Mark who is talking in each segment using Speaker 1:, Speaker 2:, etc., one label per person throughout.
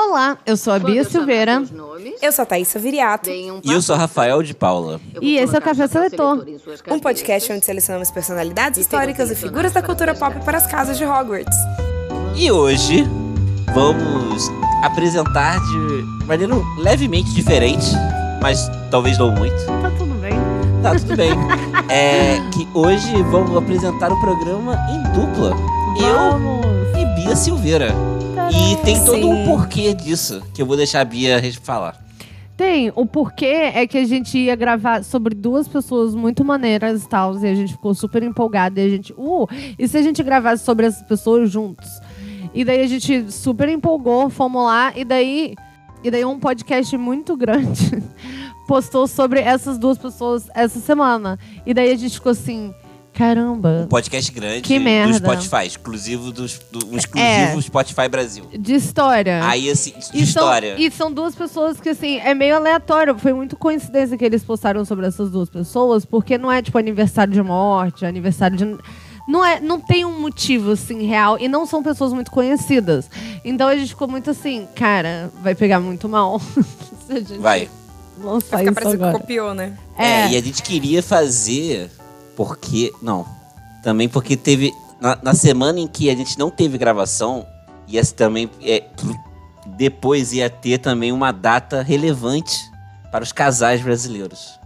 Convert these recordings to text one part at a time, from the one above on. Speaker 1: olá, eu sou a Bia Silveira
Speaker 2: Eu sou a Thaisa Viriato,
Speaker 1: um
Speaker 3: E eu sou Rafael de Paula.
Speaker 1: e esse é o Café Seletor.
Speaker 2: um podcast onde selecionamos personalidades históricas e figuras da cultura pop para as casas de Hogwarts.
Speaker 3: E hoje vamos apresentar de maneira levemente diferente, mas talvez não muito.
Speaker 1: Tá tudo bem?
Speaker 3: Tá tudo bem. É que hoje vamos apresentar o programa em dupla. Eu
Speaker 1: Vamos!
Speaker 3: e Bia Silveira. E tem todo
Speaker 2: Sim.
Speaker 3: um porquê disso que eu vou deixar a Bia res- falar.
Speaker 1: Tem, o porquê é que a gente ia gravar sobre duas pessoas muito maneiras e tal, e a gente ficou super empolgada, e a gente, uh, e se a gente gravasse sobre essas pessoas juntos? E daí a gente super empolgou, fomos lá, e daí, e daí um podcast muito grande postou sobre essas duas pessoas essa semana. E daí a gente ficou assim, caramba,
Speaker 3: Um podcast grande
Speaker 1: Que
Speaker 3: do
Speaker 1: merda. É.
Speaker 3: Spotify, exclusivo do, do um exclusivo Spotify Brasil.
Speaker 1: de história.
Speaker 3: Aí assim, de
Speaker 1: E são,
Speaker 3: história.
Speaker 1: e são duas pessoas que, assim, é meio aleatório. Foi muito coincidência que eles postaram sobre essas duas pessoas, porque não é, tipo, aniversário de morte, aniversário de. Não, é, não tem um motivo, assim, real. E não são pessoas muito conhecidas. Então a gente ficou muito assim, cara, vai pegar muito mal. se a gente
Speaker 3: Vai.
Speaker 1: lançar
Speaker 2: Vai
Speaker 1: isso
Speaker 2: ficar parecendo que
Speaker 1: agora.
Speaker 2: copiou, né?
Speaker 1: É.
Speaker 3: É, e a gente queria fazer porque. Não. Também porque teve. Na, na semana em que a gente não teve gravação, ia se também. é, depois ia ter também uma data relevante para os casais brasileiros.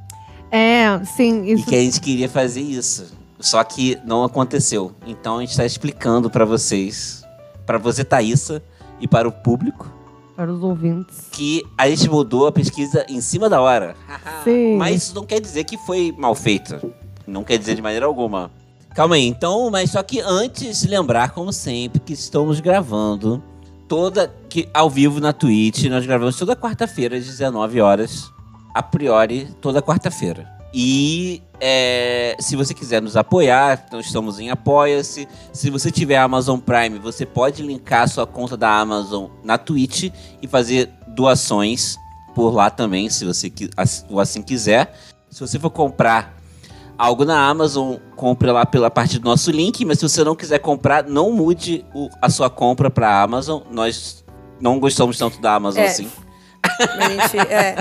Speaker 1: É, sim,
Speaker 3: E
Speaker 1: isso.
Speaker 3: que a gente queria fazer isso. Só que não aconteceu. Então a gente está explicando para vocês, para você, Thaísa, e para o público,
Speaker 1: Para os ouvintes.
Speaker 3: que a gente mudou a pesquisa em cima da hora.
Speaker 2: Ah,
Speaker 1: Sim.
Speaker 3: Mas isso não quer dizer que foi mal feita. Não quer dizer de maneira alguma. Calma aí, então, mas só que antes lembrar, como sempre, que estamos gravando toda que ao vivo na Twitch, nós gravamos toda quarta-feira às 19 horas, a priori toda quarta-feira. E é, se você quiser nos apoiar, nós estamos em Apoia-se. Se você tiver Amazon Prime, você pode linkar sua conta da Amazon na Twitch e fazer doações por lá também, se você qui- ass- ou assim quiser. Se você for comprar algo na Amazon, compre lá pela parte do nosso link, mas se você não quiser comprar, não mude o- a sua compra para Amazon. Nós não gostamos tanto da Amazon
Speaker 2: É.
Speaker 3: assim.
Speaker 2: A gente- é.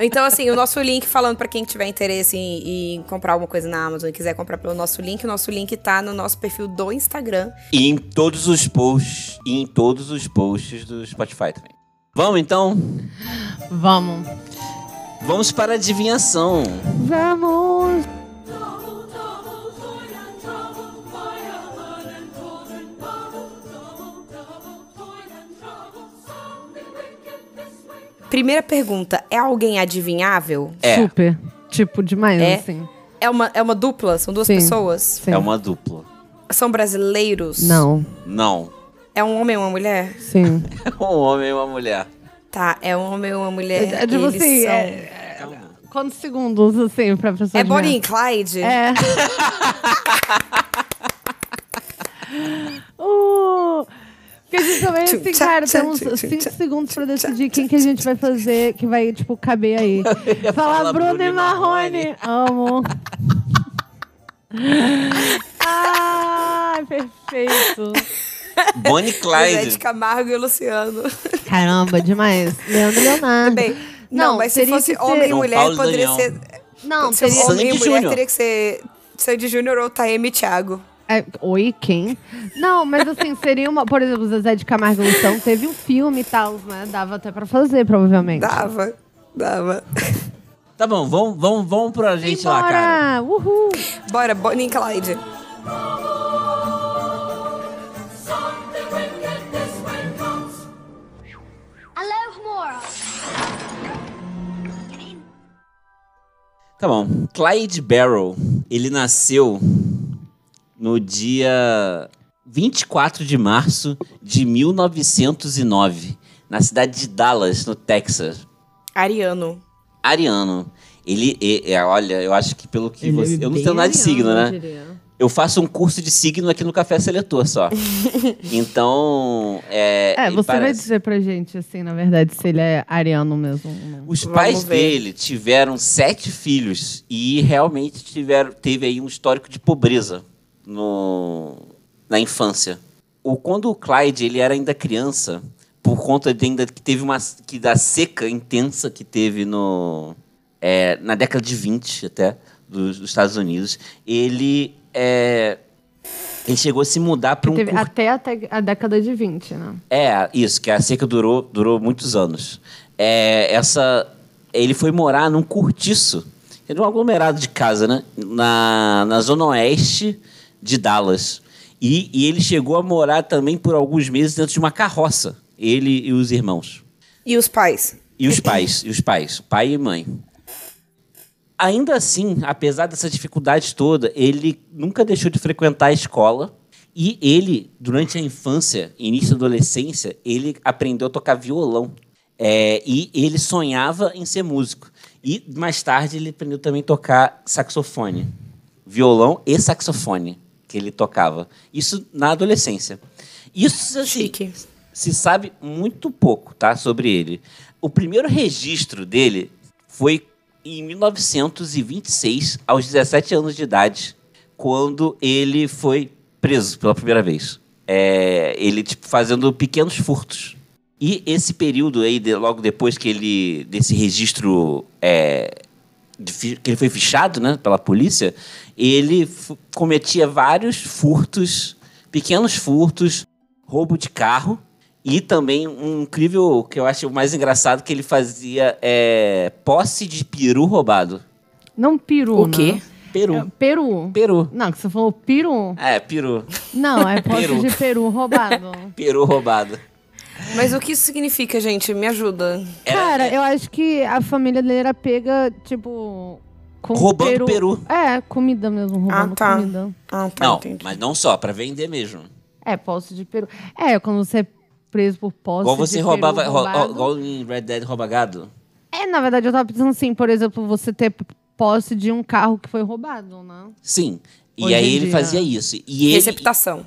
Speaker 2: Então, assim, o nosso link, falando pra quem tiver interesse em, em comprar alguma coisa na Amazon e quiser comprar pelo nosso link, o nosso link tá no nosso perfil do Instagram.
Speaker 3: E em todos os posts, e em todos os posts do Spotify também. Vamos então,
Speaker 1: Vamos.
Speaker 3: vamos para a adivinhação.
Speaker 1: Vamos!
Speaker 2: Primeira pergunta: é alguém adivinhável?
Speaker 3: É.
Speaker 1: Super. Tipo, demais,
Speaker 2: É.
Speaker 1: assim.
Speaker 2: É uma, é uma dupla? São duas
Speaker 1: Sim.
Speaker 2: pessoas?
Speaker 1: Sim.
Speaker 3: É uma dupla.
Speaker 2: São brasileiros?
Speaker 1: Não,
Speaker 3: Não.
Speaker 2: É um homem ou uma mulher?
Speaker 1: sim.
Speaker 3: É um homem e uma mulher.
Speaker 2: Tá, é um homem ou uma mulher.
Speaker 1: É, tipo
Speaker 2: eles
Speaker 1: assim,
Speaker 2: são-
Speaker 1: é- Quantos segundos, assim, pra pessoa
Speaker 2: É
Speaker 1: adivinhar?
Speaker 2: Bonnie e Clyde?
Speaker 1: É. Uh, Porque a gente também, assim, cara, tem uns 5 segundos pra decidir quem que a gente vai fazer, que vai, tipo, caber aí.
Speaker 3: ia
Speaker 1: Falar
Speaker 3: falar
Speaker 1: Bruno
Speaker 3: Bruno
Speaker 1: e
Speaker 3: e
Speaker 1: Marrone.
Speaker 3: Marrone.
Speaker 1: Amo. Ah, perfeito.
Speaker 2: José
Speaker 3: Bonnie
Speaker 2: é de
Speaker 3: Clyde.
Speaker 2: Camargo e Luciano.
Speaker 1: Caramba, demais. Leandro e Leonardo.
Speaker 2: Bem, não, mas se
Speaker 1: teria
Speaker 2: fosse
Speaker 1: que ser- um-
Speaker 2: homem e
Speaker 3: João
Speaker 2: mulher,
Speaker 3: Paulo e
Speaker 2: poderia
Speaker 3: Daniel.
Speaker 2: ser.
Speaker 1: Não,
Speaker 2: Se
Speaker 1: seria...
Speaker 2: fosse homem
Speaker 3: Sandy
Speaker 2: e mulher,
Speaker 3: Júnior.
Speaker 2: teria que ser Sandy Júnior ou Taeme e Thiago.
Speaker 1: É, oi, quem? Não, mas assim, seria uma. Por exemplo, Zezé de Camargo e Luciano teve um filme e tal, né? Dava até pra fazer, provavelmente.
Speaker 2: Dava. Dava.
Speaker 3: Tá bom, vamos, vamos, vamos pra gente lá, cara.
Speaker 1: Bora! Uhul!
Speaker 2: Bora, Bonnie e Clyde.
Speaker 4: Alohomora.
Speaker 3: Tá bom. Clyde Barrow, ele nasceu no dia 24 de março de 1909, na cidade de Dallas, no Texas.
Speaker 2: Ariano.
Speaker 3: Ariano. Ele, é- é, olha, eu acho que pelo que
Speaker 1: Ele é
Speaker 3: você. Eu não
Speaker 1: bem
Speaker 3: tenho nada de
Speaker 1: ariano,
Speaker 3: signo,
Speaker 1: eu
Speaker 3: né?
Speaker 1: diria.
Speaker 3: Eu faço um curso de signo aqui no Café Seletor só. então. É,
Speaker 1: É,
Speaker 3: ele
Speaker 1: você vai
Speaker 3: parece-
Speaker 1: dizer pra gente, assim, na verdade, se ele é ariano mesmo. ou não.
Speaker 3: Os
Speaker 2: Vamos
Speaker 3: pais
Speaker 2: ver.
Speaker 3: dele tiveram sete filhos e realmente tiveram, teve aí um histórico de pobreza no, na infância. O, quando o Clyde ele era ainda criança, por conta de ainda que teve uma que da seca intensa que teve no é, na década de 20 até dos, dos Estados Unidos, ele é, ele chegou a se mudar para um
Speaker 1: Teve
Speaker 3: cur-
Speaker 1: até a, te- a década de 20, né?
Speaker 3: é, isso, que a seca durou, durou muitos anos. É, essa, ele foi morar num cortiço, era um aglomerado de casa, né? Na, na zona oeste de Dallas. E, e ele chegou a morar também por alguns meses dentro de uma carroça, ele e os irmãos.
Speaker 2: E os pais?
Speaker 3: E os pais, e os pais, pai e mãe. Ainda assim, apesar dessa dificuldade toda, ele nunca deixou de frequentar a escola. E ele, durante a infância, início da adolescência, ele aprendeu a tocar violão. É, e ele sonhava em ser músico. E mais tarde ele aprendeu também a tocar saxofone. Violão e saxofone que ele tocava. Isso na adolescência. Isso assim,
Speaker 2: Chique.
Speaker 3: se sabe muito pouco, tá, sobre ele. O primeiro registro dele foi em 1926, aos 17 anos de idade, quando ele foi preso pela primeira vez. É, ele tipo fazendo pequenos furtos. E esse período aí, de- logo depois que ele desse registro é, de fi- que ele foi fichado, né, pela polícia, ele fu- cometia vários furtos, pequenos furtos, roubo de carro e também um incrível que eu acho o mais engraçado que ele fazia é posse de peru roubado.
Speaker 1: Não peru,
Speaker 2: O quê?
Speaker 1: né?
Speaker 3: Peru.
Speaker 1: É, peru.
Speaker 3: Peru.
Speaker 1: Não, que você falou peru.
Speaker 3: É, peru.
Speaker 1: Não, é posse
Speaker 3: Peru.
Speaker 1: de peru roubado.
Speaker 3: Peru roubado.
Speaker 2: Mas o que isso significa, gente? Me ajuda.
Speaker 1: Cara, eu acho que a família dele era pega, tipo... Com
Speaker 3: Roubando peru.
Speaker 1: É, comida mesmo, roubando
Speaker 2: Ah, tá.
Speaker 1: comida.
Speaker 2: Ah, tá,
Speaker 3: Não,
Speaker 2: entendi.
Speaker 3: mas não só, pra vender mesmo.
Speaker 1: É, posse de peru. É, quando você é preso por posse
Speaker 3: Igual você
Speaker 1: de
Speaker 3: roubava,
Speaker 1: peru
Speaker 3: rou-
Speaker 1: roubado.
Speaker 3: igual em Red Dead rouba gado.
Speaker 1: É, na verdade, eu tava pensando assim, por exemplo, você ter posse de um carro que foi roubado, né?
Speaker 3: Sim. E
Speaker 1: Hoje
Speaker 3: aí
Speaker 1: em
Speaker 3: ele
Speaker 1: dia.
Speaker 3: fazia isso. E ele,
Speaker 2: Receptação.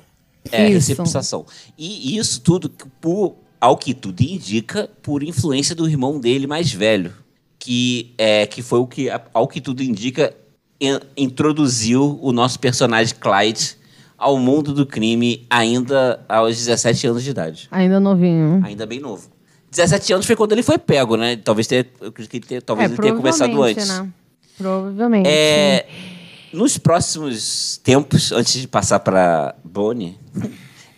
Speaker 3: É,
Speaker 1: Isso.
Speaker 3: receptação. E isso tudo, que por- ao que tudo indica, por influência do irmão dele mais velho. Que, é, que foi o que, ao que tudo indica, en- introduziu o nosso personagem Clyde ao mundo do crime ainda aos 17 anos de idade.
Speaker 1: Ainda novinho.
Speaker 3: Ainda bem novo. 17 anos foi quando ele foi pego, né? Talvez, tenha, eu acredito que ele tenha- talvez ele tenha começado
Speaker 1: É, provavelmente,
Speaker 3: antes.
Speaker 1: Né? Provavelmente.
Speaker 3: É, nos próximos tempos, antes de passar para Bonnie,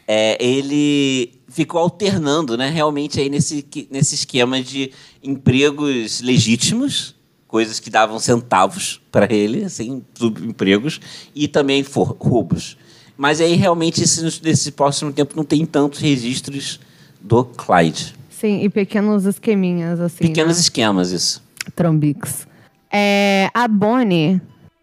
Speaker 3: é, ele ficou alternando, né? Realmente aí nesse, que- nesse esquema de empregos legítimos, coisas que davam centavos para ele, assim, subempregos, e também for, roubos. Mas aí realmente esse- nesse próximo tempo não tem tantos registros do Clyde.
Speaker 1: Sim, e pequenos esqueminhas, assim.
Speaker 3: Pequenos
Speaker 1: né?
Speaker 3: esquemas, isso.
Speaker 1: Trombix. É, a Bonnie.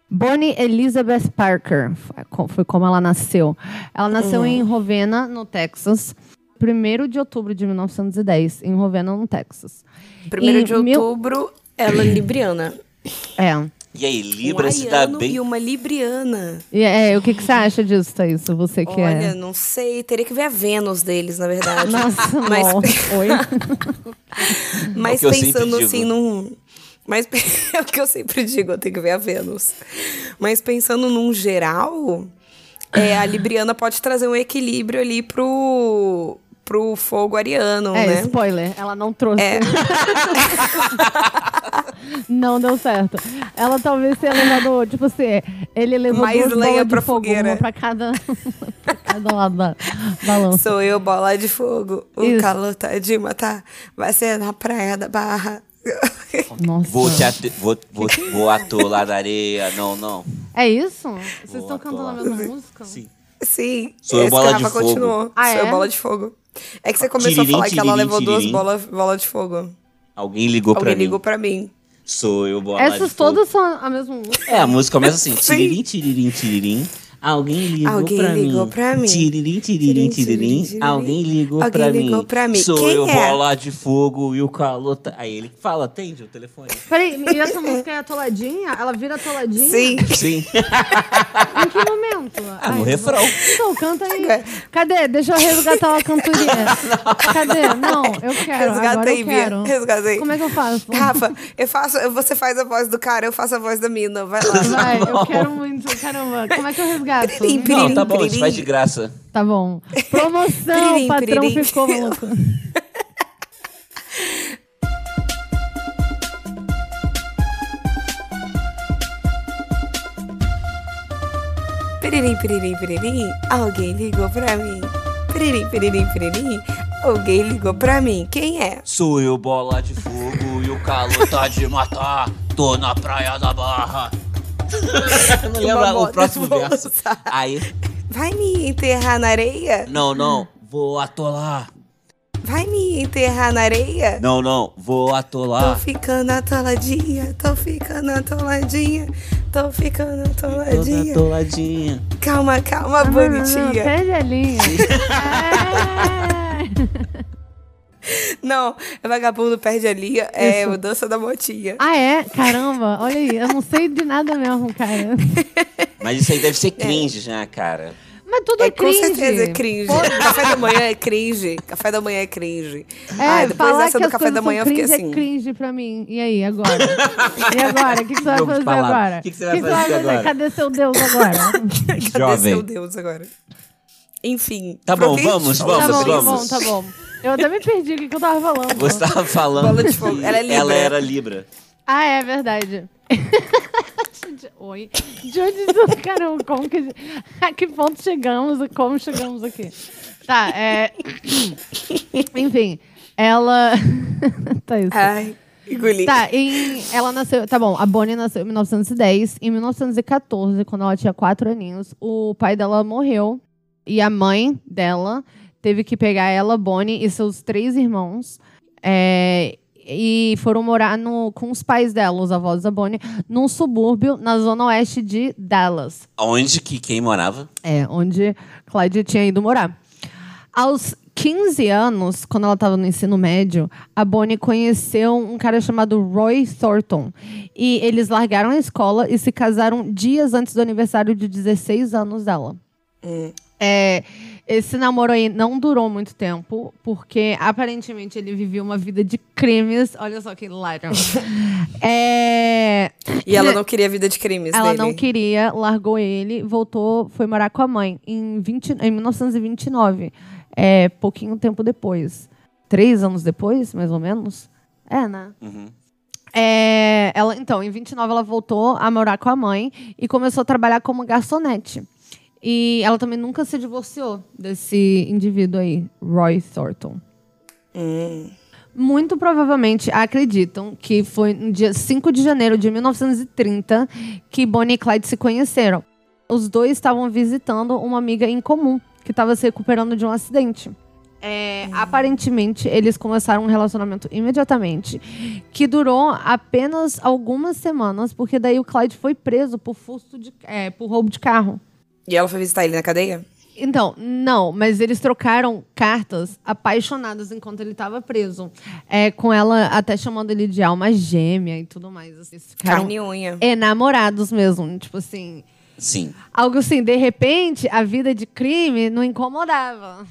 Speaker 1: Bonnie Elizabeth Parker. Foi co- Foi como ela nasceu. Ela
Speaker 2: Hum.
Speaker 1: nasceu em Rovena, no Texas. 1 de outubro de 1910, em Rovena, no Texas.
Speaker 2: Primeiro
Speaker 1: Em
Speaker 2: de
Speaker 1: mil-
Speaker 2: outubro, ela é libriana.
Speaker 1: É.
Speaker 3: E aí, Libra
Speaker 2: um
Speaker 3: se dá
Speaker 2: ariano
Speaker 3: bem.
Speaker 2: e uma libriana.
Speaker 1: E, é, o que, que você acha disso, Thaís? Você que
Speaker 2: Olha,
Speaker 1: é.
Speaker 2: não sei. Teria que ver a Vênus deles, na verdade.
Speaker 1: Nossa,
Speaker 2: mas,
Speaker 1: não. Oi?
Speaker 2: mas
Speaker 3: É o que eu
Speaker 2: pensando
Speaker 3: sempre
Speaker 2: assim
Speaker 3: digo.
Speaker 2: num. Mas é o que eu sempre digo, eu tenho que ver a Vênus. Mas pensando num geral, é, a Libriana pode trazer um equilíbrio ali pro, pro fogo ariano,
Speaker 1: É,
Speaker 2: né? É.
Speaker 1: spoiler, ela não trouxe. não deu certo. Ela talvez tenha levado, tipo assim, ele levou
Speaker 2: Mais
Speaker 1: duas
Speaker 2: lenha
Speaker 1: bolas de
Speaker 2: pra
Speaker 1: fogo,
Speaker 2: fogueira.
Speaker 1: uma pra cada, pra cada lado da balança.
Speaker 2: Sou eu, bola de fogo. O
Speaker 1: Isso.
Speaker 2: calor tá de matar. Vai ser na praia da barra.
Speaker 1: Nossa.
Speaker 3: Vou
Speaker 2: Ah.
Speaker 3: te ate- vou, vou, vou atolar na areia. Não, não.
Speaker 1: É isso? Vocês
Speaker 3: Vou
Speaker 1: estão cantando a
Speaker 3: atolar.
Speaker 1: mesma música?
Speaker 3: Sim.
Speaker 2: Sim.
Speaker 3: Sou eu,
Speaker 2: esse
Speaker 3: bola de
Speaker 2: Rafa
Speaker 3: fogo.
Speaker 2: continuou.
Speaker 1: Ah,
Speaker 2: Sou eu,
Speaker 1: é?
Speaker 2: bola de fogo. É que você começou
Speaker 3: Tiririm,
Speaker 2: a falar que ela
Speaker 3: tiririm,
Speaker 2: levou
Speaker 3: tiririm.
Speaker 2: duas bolas bola de fogo.
Speaker 3: Alguém ligou
Speaker 2: Alguém
Speaker 3: pra mim.
Speaker 2: ligou pra mim.
Speaker 3: Sou eu, bola de
Speaker 1: Essas
Speaker 3: fogo.
Speaker 1: todas são a mesma música.
Speaker 3: É, a música começa assim.
Speaker 2: Sim.
Speaker 3: Tiririm, tiririm, tiririm. Alguém ligou
Speaker 2: Alguém
Speaker 3: pra mim.
Speaker 2: ligou pra mim. Tiririm,
Speaker 3: Tiririm, tiririm, tiririm.
Speaker 2: tiririm.
Speaker 3: Alguém ligou
Speaker 2: Alguém
Speaker 3: pra mim.
Speaker 2: ligou pra mim.
Speaker 3: Sou
Speaker 2: Quem
Speaker 3: eu,
Speaker 2: é?
Speaker 3: bola de fogo e o calor... Tá... Aí ele fala, atende o telefone.
Speaker 1: Peraí, e essa música é atoladinha? Ela vira atoladinha?
Speaker 2: Sim.
Speaker 3: Sim,
Speaker 1: Em que momento?
Speaker 3: ah,
Speaker 1: Ai,
Speaker 3: no refrão.
Speaker 1: Então, canta aí. Cadê? Deixa eu resgatar uma cantoria. Cadê? Não, eu quero. Agora
Speaker 2: Resgatei,
Speaker 1: eu quero.
Speaker 2: Bia. Resgatei.
Speaker 1: Como é que eu faço?
Speaker 2: Rafa, eu faço, eu- você faz a voz do cara, eu faço a voz da mina. Vai lá.
Speaker 1: Vai, eu quero muito. Caramba, como é que eu resgato?
Speaker 2: Piririm, piririm.
Speaker 3: Não, tá bom, isso faz de graça.
Speaker 1: Tá bom. Promoção,
Speaker 2: Piririm,
Speaker 1: o patrão
Speaker 2: piririm.
Speaker 1: ficou louco.
Speaker 2: Piririm, piririm, piririm. Alguém ligou pra mim. Piririm, piririm, piririm. Alguém ligou pra mim. Quem é?
Speaker 3: Sou eu, bola de fogo e o calor tá de matar. Tô na praia da barra. Eu não lembro
Speaker 2: Uma
Speaker 3: o próximo
Speaker 2: moda,
Speaker 3: verso.
Speaker 2: vou usar.
Speaker 3: Aí,
Speaker 2: Vai me enterrar na areia?
Speaker 3: não, não, vou atolar.
Speaker 2: Vai me enterrar na areia?
Speaker 3: Não, não, vou
Speaker 2: Tô
Speaker 3: atolar.
Speaker 2: ficando atoladinha, tô ficando atoladinha, tô ficando
Speaker 3: Toda
Speaker 2: atoladinha.
Speaker 3: atoladinha.
Speaker 2: Calma, calma,
Speaker 1: Ah,
Speaker 2: Tá bonitinha.
Speaker 1: Perde a linha. É.
Speaker 2: Não, é vagabundo perde a linha, é o dança da motinha.
Speaker 1: Ah, é? Caramba, olha aí. Eu não sei de nada mesmo, cara.
Speaker 3: Mas isso aí deve ser cringe já, cara.
Speaker 1: Mas tudo é,
Speaker 2: É, com
Speaker 1: cringe.
Speaker 2: certeza é cringe. Café da manhã é cringe. Café da manhã é cringe.
Speaker 1: É,
Speaker 2: Ai, depois
Speaker 1: falar
Speaker 2: dessa
Speaker 1: que
Speaker 2: do
Speaker 1: as
Speaker 2: café
Speaker 1: coisas
Speaker 2: da manhã eu
Speaker 1: são
Speaker 2: fiquei
Speaker 1: cringe
Speaker 2: assim.
Speaker 1: é cringe pra mim. E aí, agora? E agora? O que, que você vai
Speaker 3: Jogo de
Speaker 1: fazer
Speaker 3: palavras.
Speaker 1: agora?
Speaker 3: O que que você vai fazer agora?
Speaker 1: Cadê seu Deus agora?
Speaker 2: Cadê seu
Speaker 3: Jovem.
Speaker 2: Deus agora? Enfim.
Speaker 3: Tá bom,
Speaker 2: aproveite.
Speaker 3: vamos,
Speaker 2: Tá
Speaker 1: tá
Speaker 3: vamos,
Speaker 1: bom,
Speaker 3: vamos.
Speaker 1: tá bom, tá bom. Eu até me perdi o que, que eu tava falando.
Speaker 3: Você tá- tava falando
Speaker 2: Bola de
Speaker 3: que
Speaker 2: fogo. Ela é Libra.
Speaker 3: ela era libra.
Speaker 1: Ah, é verdade. De- Oi. De onde do caramba? Como que. A que ponto chegamos e como chegamos aqui? Tá, é. Enfim, ela. tá isso.
Speaker 2: Ai, engoli.
Speaker 1: Tá, em, ela nasceu. Tá bom, a Bonnie nasceu em 1910. Em 1914, quando ela tinha quatro aninhos, o pai dela morreu. E a mãe dela teve que pegar ela, Bonnie, e seus três irmãos. é, e foram morar no, com os pais dela, os avós da Bonnie, num subúrbio na zona oeste de Dallas.
Speaker 3: Onde que quem morava?
Speaker 1: É, onde Cláudia tinha ido morar. Aos 15 anos, quando ela estava no ensino médio, a Bonnie conheceu um cara chamado Roy Thornton. E eles largaram a escola e se casaram dias antes do aniversário de 16 anos dela. É, esse namoro aí não durou muito tempo, porque aparentemente ele vivia uma vida de crimes. Olha só que hilário. é,
Speaker 2: E ela não queria vida de crimes
Speaker 1: ela
Speaker 2: dele.
Speaker 1: não queria, largou ele, voltou, foi morar com a mãe em, 20, em 1929. É, pouquinho tempo depois. Três anos depois, mais ou menos. É, né?
Speaker 3: Uhum.
Speaker 1: É, ela, então, em 29, ela voltou a morar com a mãe e começou a trabalhar como garçonete. E ela também nunca se divorciou desse indivíduo aí, Roy Thornton.
Speaker 2: Hum.
Speaker 1: Muito provavelmente acreditam que foi no dia 5 de janeiro de 1930 que Bonnie e Clyde se conheceram. Os dois estavam visitando uma amiga em comum que estava se recuperando de um acidente. É, Aparentemente, eles começaram um relacionamento imediatamente que durou apenas algumas semanas, porque daí o Clyde foi preso por furto de, é, por roubo de carro.
Speaker 2: E ela foi visitar ele na cadeia?
Speaker 1: Então, não, mas eles trocaram cartas apaixonadas enquanto ele estava preso. É, com ela até chamando ele de alma gêmea e tudo mais. Assim, eles ficaram
Speaker 2: Carne e unha.
Speaker 1: enamorados mesmo. Tipo assim,
Speaker 3: Sim.
Speaker 1: algo assim, de repente, a vida de crime não incomodava.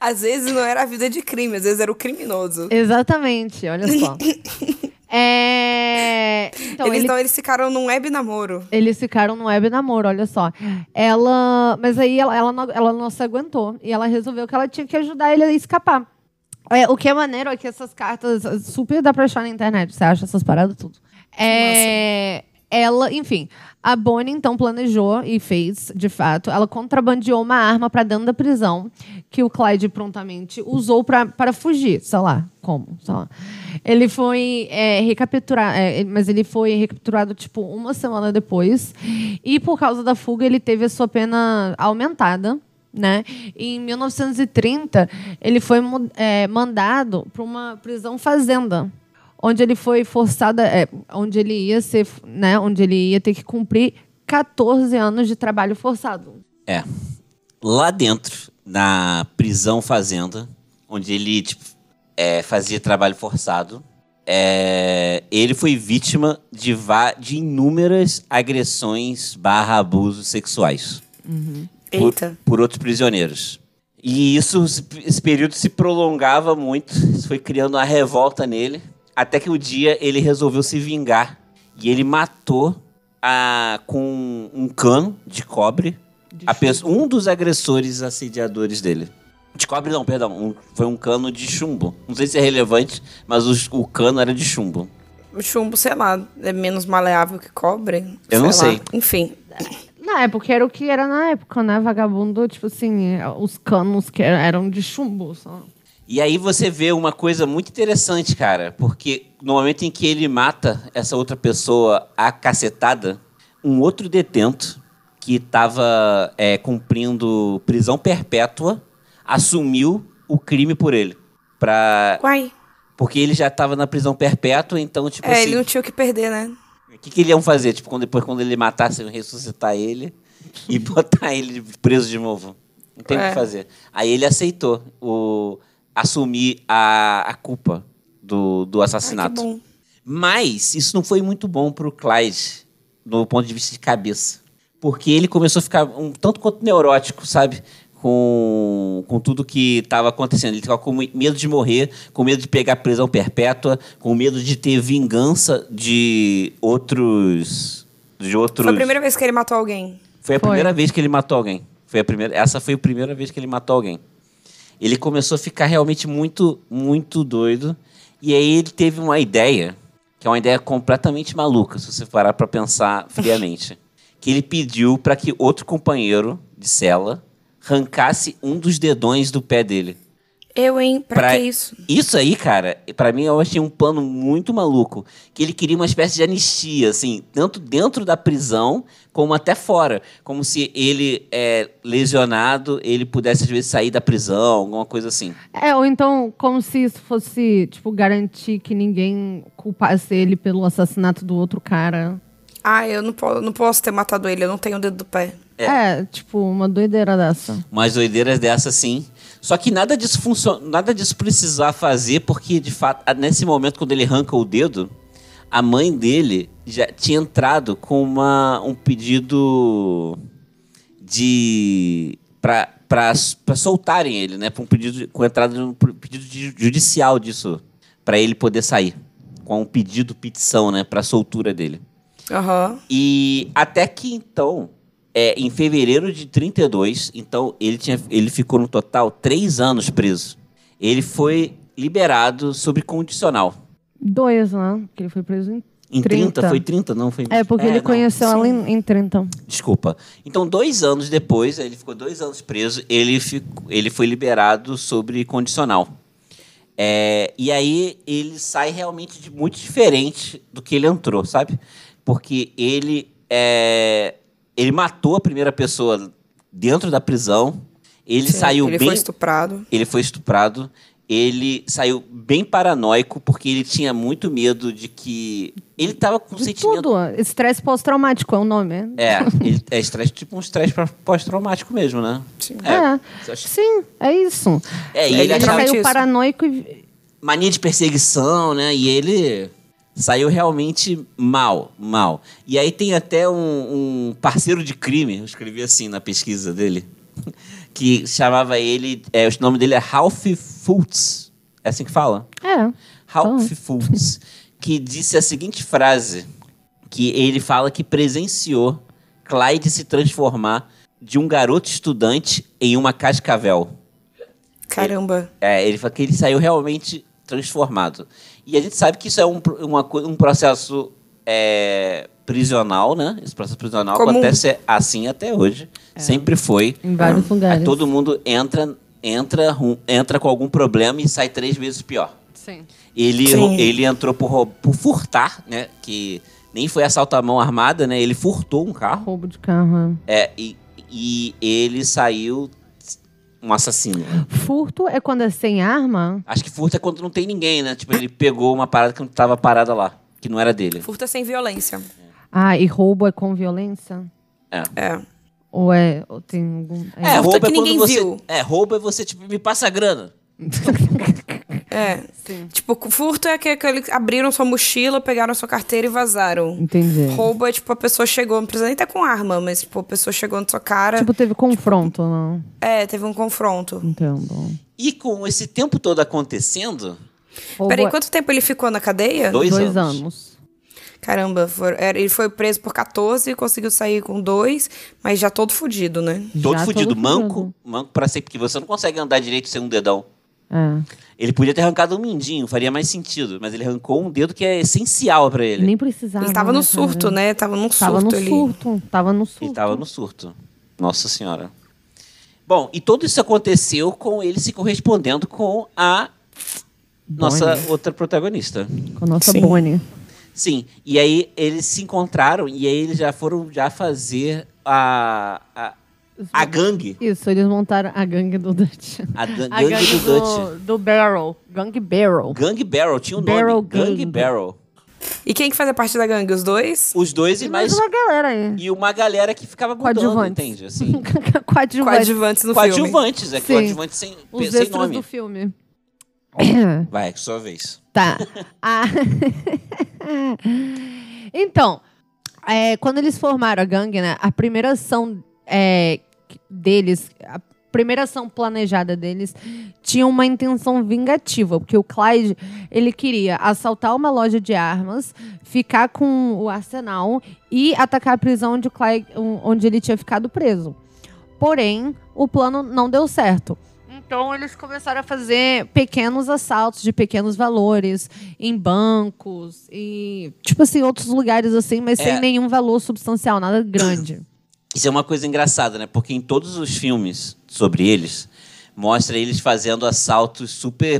Speaker 2: Às vezes não era a vida de crime, às vezes era o criminoso.
Speaker 1: Exatamente, olha só. É, então,
Speaker 2: eles,
Speaker 1: ele-
Speaker 2: Então eles ficaram num web namoro.
Speaker 1: Eles ficaram no web namoro, olha só. Ela. Mas aí ela, ela, não, ela não se aguentou. E ela resolveu que ela tinha que ajudar ele a escapar. É, o que é maneiro é que essas cartas eh, super dá pra achar na internet. Você acha essas paradas tudo. É, ela, enfim, a Bonnie então planejou e fez, de fato. Ela contrabandeou uma arma pra dentro da prisão que o Clyde prontamente usou pra- para fugir, sei lá como, sei lá. Ele foi é, recapturado, mas ele foi recapturado tipo uma semana depois e por causa da fuga ele teve a sua pena aumentada, né? E em 1930 ele foi mu- é, mandado para uma prisão fazenda onde ele foi forçado, é, onde ele ia ser, né, onde ele ia ter que cumprir 14 anos de trabalho forçado.
Speaker 3: É. Lá dentro, na prisão fazenda, onde ele tipo, é, fazia trabalho forçado, é, ele foi vítima de, va- de inúmeras agressões barra abusos sexuais por,
Speaker 2: Uhum. Eita.
Speaker 3: por outros prisioneiros. E isso, esse período se prolongava muito, isso foi criando uma revolta nele, até que o dia ele resolveu se vingar. E ele matou a, com um cano de cobre a pesso- um dos agressores assediadores dele. De cobre não, perdão, um- foi um cano de chumbo. Não sei se é relevante, mas os- o cano era de chumbo.
Speaker 2: Chumbo, sei lá, é menos maleável que cobre.
Speaker 3: Eu não
Speaker 2: lá.
Speaker 3: sei.
Speaker 2: Enfim,
Speaker 1: Na época era o que era na época, né? Vagabundo, tipo assim, os canos que eram de chumbo. Só.
Speaker 3: E aí você vê uma coisa muito interessante, cara, porque no momento em que ele mata essa outra pessoa a cacetada, um outro detento que estava cumprindo prisão perpétua assumiu o crime por ele. Pra...
Speaker 2: uai.
Speaker 3: Porque ele já estava na prisão perpétua, então, tipo
Speaker 2: É,
Speaker 3: assim,
Speaker 2: ele não tinha o que perder, né?
Speaker 3: o que, que eles iam fazer? Tipo, quando, depois quando ele matasse, iam ressuscitar ele e botar ele preso de novo. Não tem o
Speaker 2: É.
Speaker 3: que fazer. Aí ele aceitou o, assumir a, a culpa do, do
Speaker 2: Ai, que
Speaker 3: assassinato.
Speaker 2: bom.
Speaker 3: Mas isso não foi muito bom pro Clyde, no ponto de vista de cabeça. Porque ele começou a ficar um tanto quanto neurótico, sabe? Com, com tudo que estava acontecendo. Ele estava com mui- medo de morrer, com medo de pegar prisão perpétua, com medo de ter vingança de outros. De outros.
Speaker 2: Foi a primeira vez que ele matou alguém.
Speaker 3: Foi a
Speaker 1: Foi.
Speaker 3: primeira vez que ele matou alguém. Foi a primeira, essa foi a primeira vez que ele matou alguém. Ele começou a ficar realmente muito, muito doido. E aí ele teve uma ideia, que é uma ideia completamente maluca, se você parar pra pensar friamente. que ele pediu pra que outro companheiro de cela arrancasse um dos dedões do pé dele.
Speaker 2: Eu, hein? Pra,
Speaker 3: Pra-
Speaker 2: que isso?
Speaker 3: Isso aí, cara, pra mim eu achei um plano muito maluco. Que ele queria uma espécie de anistia, assim, tanto dentro da prisão como até fora. Como se ele, é, lesionado, ele pudesse, às vezes, sair da prisão, alguma coisa assim.
Speaker 1: É, ou então, como se isso fosse, tipo, garantir que ninguém culpasse ele pelo assassinato do outro cara.
Speaker 2: Ah, eu não, po não posso ter matado ele, eu não tenho o dedo do pé.
Speaker 1: É, tipo, uma doideira dessa.
Speaker 3: Umas doideiras dessas, sim. Só que nada disso funciona, nada disso precisar fazer, porque, de fato, a- nesse momento, quando ele arranca o dedo, a mãe dele já tinha entrado com uma, um pedido de. pra, pra, pra soltarem ele, né? Pra um pedido, de- com entrada de um pr- pedido de- judicial disso, pra ele poder sair. Com um pedido, petição, né? Pra soltura dele.
Speaker 2: Aham.
Speaker 3: E até que então, é, em fevereiro de 32, então ele, tinha, ele ficou no total três anos preso. Ele foi liberado sob condicional.
Speaker 1: Dois, né? Porque ele foi preso em.
Speaker 3: Em 30,
Speaker 1: 30.
Speaker 3: foi 30, não foi
Speaker 1: É, porque ele
Speaker 3: não. Um
Speaker 1: conheceu ela em, em 30.
Speaker 3: Desculpa. Então, dois anos depois, ele ficou dois anos preso, ele, ficou, ele foi liberado sobre condicional. É, e aí ele sai realmente de muito diferente do que ele entrou, sabe? Porque ele, é, ele matou a primeira pessoa dentro da prisão, ele
Speaker 2: Sim,
Speaker 3: saiu
Speaker 2: Ele
Speaker 3: bem
Speaker 2: foi estuprado.
Speaker 3: ele foi estuprado. Ele saiu bem paranoico, porque ele tinha muito medo de que. Ele tava com um
Speaker 1: De
Speaker 3: sentimento
Speaker 1: tudo. Estresse pós-traumático é o nome.
Speaker 3: é, ele- é estresse, tipo um estresse pra- pós-traumático mesmo, né?
Speaker 2: Sim.
Speaker 1: É. Sim, é isso.
Speaker 3: É, e
Speaker 2: Ele
Speaker 3: ele
Speaker 1: Ele
Speaker 3: achava
Speaker 2: realmente
Speaker 1: saiu
Speaker 2: isso.
Speaker 1: paranoico e.
Speaker 3: mania de perseguição, né? E ele saiu realmente mal, mal. E aí tem até um, um parceiro de crime, eu escrevi assim na pesquisa dele, que chamava ele, é, o nome dele é Ralph Fultz. É assim que fala?
Speaker 1: É.
Speaker 3: Ralph Fultz, que disse a seguinte frase, que ele fala que presenciou Clyde se transformar de um garoto estudante em uma cascavel.
Speaker 2: Caramba.
Speaker 3: É, ele fala que ele saiu realmente transformado. E a gente sabe que isso é um, pro- uma co- um processo é, prisional, né? Esse processo prisional
Speaker 2: Comum.
Speaker 3: acontece assim até hoje. Sempre foi.
Speaker 1: É. Em vários
Speaker 3: É,
Speaker 1: lugares.
Speaker 3: Todo mundo entra, entra, ru- entra com algum problema e sai três vezes pior.
Speaker 1: Sim.
Speaker 3: Ele,
Speaker 2: Sim.
Speaker 3: ele entrou por, rou- por furtar, né? Que nem foi assalto à mão armada, né? Ele furtou um carro
Speaker 1: Roubo de carro. é.
Speaker 3: é, e, e ele saiu um assassino. né?
Speaker 1: Furto é quando é sem arma?
Speaker 3: Acho que furto é quando não tem ninguém, né? Tipo, ele pegou uma parada que não tava parada lá, que não era dele.
Speaker 2: Furta sem violência.
Speaker 1: Ah, e roubo é com violência?
Speaker 2: É.
Speaker 1: Ou é. Ou tem algum.
Speaker 3: É,
Speaker 2: Puta
Speaker 3: roubo
Speaker 2: que
Speaker 3: é quando
Speaker 2: ninguém
Speaker 3: você.
Speaker 2: viu.
Speaker 3: É, roubo é você, tipo, me passa a grana.
Speaker 2: É. Tipo, furto é que, que eles abriram sua mochila, pegaram sua carteira e vazaram.
Speaker 1: Entendi.
Speaker 2: Roubo é tipo, a pessoa chegou, não precisa nem estar com arma, mas tipo, a pessoa chegou na sua cara.
Speaker 1: Tipo, teve confronto, não?
Speaker 2: É, teve um confronto.
Speaker 1: Entendo.
Speaker 3: E com esse tempo todo acontecendo,
Speaker 1: Ou
Speaker 2: Peraí,
Speaker 1: é-
Speaker 2: quanto tempo ele ficou na cadeia?
Speaker 3: dois,
Speaker 1: dois
Speaker 3: anos.
Speaker 1: anos.
Speaker 2: Caramba, for- era- ele foi preso por 14, conseguiu sair com dois, mas já todo fudido, né?
Speaker 3: Todo
Speaker 1: Já
Speaker 3: fudido,
Speaker 1: todo
Speaker 3: manco,
Speaker 1: fudido.
Speaker 3: manco pra sempre, porque você não consegue andar direito sem um dedão.
Speaker 1: É.
Speaker 3: Ele podia ter arrancado um mindinho, faria mais sentido, mas ele arrancou um dedo que é essencial pra ele.
Speaker 1: Nem precisava.
Speaker 2: ele tava
Speaker 1: né,
Speaker 2: no surto,
Speaker 1: cara?
Speaker 2: né? Tava num
Speaker 1: Tava
Speaker 2: surto
Speaker 1: no
Speaker 2: ali.
Speaker 1: surto. Tava no surto.
Speaker 3: Ele tava no surto. Nossa senhora. Bom, e tudo isso aconteceu com ele se correspondendo com a nossa outra protagonista.
Speaker 1: Com a nossa
Speaker 2: Sim.
Speaker 1: Bonnie.
Speaker 3: Sim, e aí eles se encontraram e aí eles já foram já fazer a a, a gangue,
Speaker 1: Isso, eles montaram a gangue do Dutch.
Speaker 3: a, gan-
Speaker 1: A
Speaker 3: gangue,
Speaker 1: gangue
Speaker 3: do, Dutch.
Speaker 1: do, do Barrel. Gangue Barrel.
Speaker 3: Gangue Barrel tinha um
Speaker 1: Barrel
Speaker 3: nome, Gangue
Speaker 1: Gang.
Speaker 3: Barrel.
Speaker 2: E quem que faz a parte da gangue? Os dois?
Speaker 3: Os dois e
Speaker 1: E mais
Speaker 3: mais
Speaker 1: uma galera aí.
Speaker 3: e uma galera que ficava mudando,
Speaker 1: Coadjuvantes.
Speaker 3: entende? Assim,
Speaker 1: Coadjuvantes.
Speaker 2: Coadjuvantes no filme.
Speaker 3: coadjuvantes, é
Speaker 1: Sim.
Speaker 3: coadjuvantes sem,
Speaker 1: Os
Speaker 3: sem
Speaker 1: extras
Speaker 3: nome.
Speaker 1: do filme.
Speaker 3: Vai, sua vez.
Speaker 1: Tá. Ah. então, é, quando eles formaram a gangue, né? A primeira ação é, que- deles, a primeira ação planejada deles tinha uma intenção vingativa, porque o Clyde ele queria assaltar uma loja de armas, ficar com o arsenal e atacar a prisão onde, o Clyde, um, onde ele tinha ficado preso. Porém, o plano não deu certo. Então eles começaram a fazer pequenos assaltos de pequenos valores em bancos e tipo assim outros lugares assim, mas
Speaker 3: É.
Speaker 1: sem nenhum valor substancial, nada grande.
Speaker 3: Isso é uma coisa engraçada, né? Porque em todos os filmes sobre eles, mostra eles fazendo assaltos super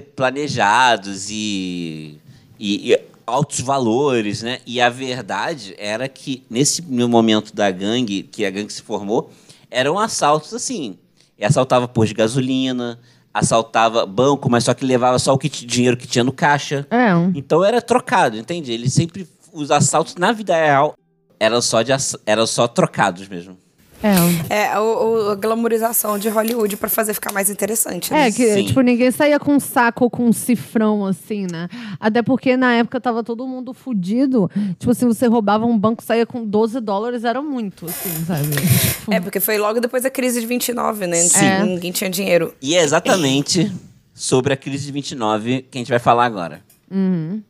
Speaker 3: planejados e, e- e altos valores, né? E a verdade era que nesse momento da gangue, que a gangue se formou, eram assaltos assim. E assaltava pôr de gasolina, assaltava banco, mas só que levava só o que t- dinheiro que tinha no caixa.
Speaker 1: É.
Speaker 3: Então era trocado, entende? Eles sempre. Os assaltos na vida real eram só, de ass- eram só trocados mesmo.
Speaker 1: É.
Speaker 2: É, o, o- a glamorização de Hollywood pra fazer ficar mais interessante. né?
Speaker 1: É, que,
Speaker 3: Sim.
Speaker 1: tipo, ninguém saía com um saco ou com um cifrão, assim, né? Até porque na época tava todo mundo fudido. Tipo assim, você roubava um banco, saía com 12 dólares, era muito, assim, sabe? Tipo,
Speaker 2: É, porque foi logo depois da crise de 29, né?
Speaker 3: Sim.
Speaker 2: Ninguém- Ninguém tinha dinheiro.
Speaker 3: E é exatamente sobre a crise de 29 que a gente vai falar agora.
Speaker 2: Uhum.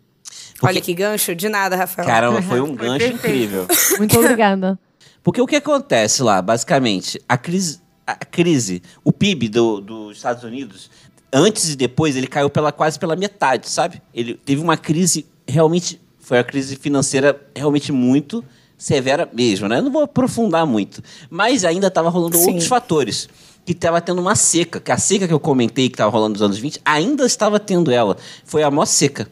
Speaker 2: Olha que gancho. De nada, Rafael.
Speaker 3: Caramba, foi um gancho incrível.
Speaker 1: Muito obrigada.
Speaker 3: Porque o que acontece lá, basicamente, a crise, a crise o PIB do- dos Estados Unidos, antes e depois, ele caiu pela, quase pela metade, sabe? Ele teve uma crise realmente, foi uma crise financeira realmente muito severa mesmo, né? Não vou aprofundar muito, mas ainda estava rolando
Speaker 2: Sim.
Speaker 3: outros fatores. Que estava tendo uma seca, que a seca que eu comentei que estava rolando nos anos 20, ainda estava tendo ela. Foi a maior seca.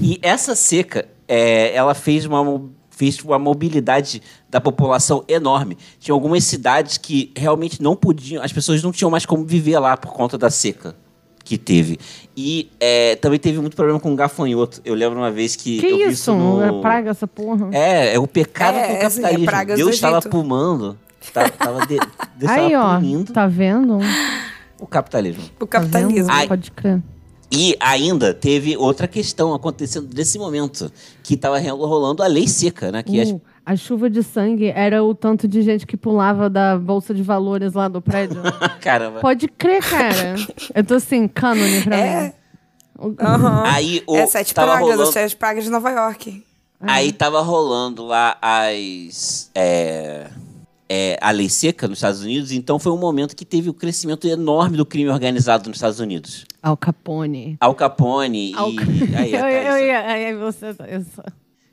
Speaker 3: E essa seca, é, ela fez uma, mo- fez uma mobilidade da população enorme. Tinha algumas cidades que realmente não podiam, as pessoas não tinham mais como viver lá por conta da seca que teve. E é, também teve muito problema com gafanhoto. Eu lembro uma vez que.
Speaker 1: Que
Speaker 3: eu vi
Speaker 1: isso?
Speaker 3: no-
Speaker 1: É praga essa porra.
Speaker 3: É, é o pecado
Speaker 2: É,
Speaker 3: do
Speaker 2: é,
Speaker 3: capitalismo.
Speaker 2: é pragas
Speaker 3: Deus
Speaker 2: do
Speaker 3: estava
Speaker 2: Egito.
Speaker 3: pulmando. Estava, estava de, Deus
Speaker 1: Aí,
Speaker 3: estava
Speaker 1: ó,
Speaker 3: punindo
Speaker 1: tá vendo?
Speaker 3: o capitalismo.
Speaker 2: O
Speaker 1: Tá vendo?
Speaker 2: capitalismo.
Speaker 3: Ai.
Speaker 1: Pode crer.
Speaker 3: E ainda teve outra questão acontecendo nesse momento, que estava rolando a lei seca, né? Que as-
Speaker 1: Uh, a chuva de sangue era o tanto de gente que pulava da bolsa de valores lá do prédio.
Speaker 3: Caramba.
Speaker 1: Pode crer, cara. Eu tô assim, cânone pra
Speaker 2: É.
Speaker 1: mim. O-
Speaker 2: Aham.
Speaker 3: Aí o
Speaker 2: é, sete
Speaker 3: tava
Speaker 2: pragas,
Speaker 3: rolando,
Speaker 2: as sete pragas de Nova York.
Speaker 3: aí tava rolando lá as é, é, a lei seca nos Estados Unidos, então foi um momento que teve o crescimento enorme do crime organizado nos Estados Unidos.
Speaker 1: Al Capone.
Speaker 3: Al Capone
Speaker 1: Al
Speaker 3: e
Speaker 1: Capone.
Speaker 3: aí, a
Speaker 1: eu, eu,
Speaker 3: Thaisa.
Speaker 1: ia- aí você. eu sou-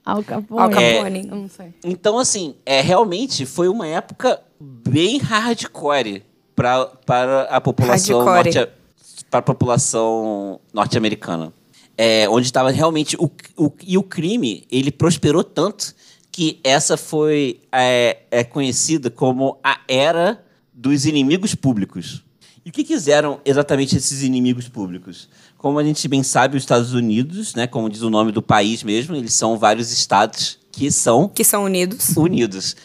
Speaker 1: Al Capone.
Speaker 2: Al
Speaker 3: É.
Speaker 2: Capone.
Speaker 1: Eu não sei.
Speaker 3: Então, assim, é, realmente foi uma época bem hardcore pra, para a população
Speaker 2: Hardcore.
Speaker 3: norte, para a população norte-americana. É, onde estava realmente o, o- e o crime ele prosperou tanto que essa foi é, é conhecida como a era dos inimigos públicos. E o que quiseram exatamente esses inimigos públicos? Como a gente bem sabe, os Estados Unidos, né, como diz o nome do país mesmo, eles são vários estados que são
Speaker 2: Que são unidos.
Speaker 3: unidos.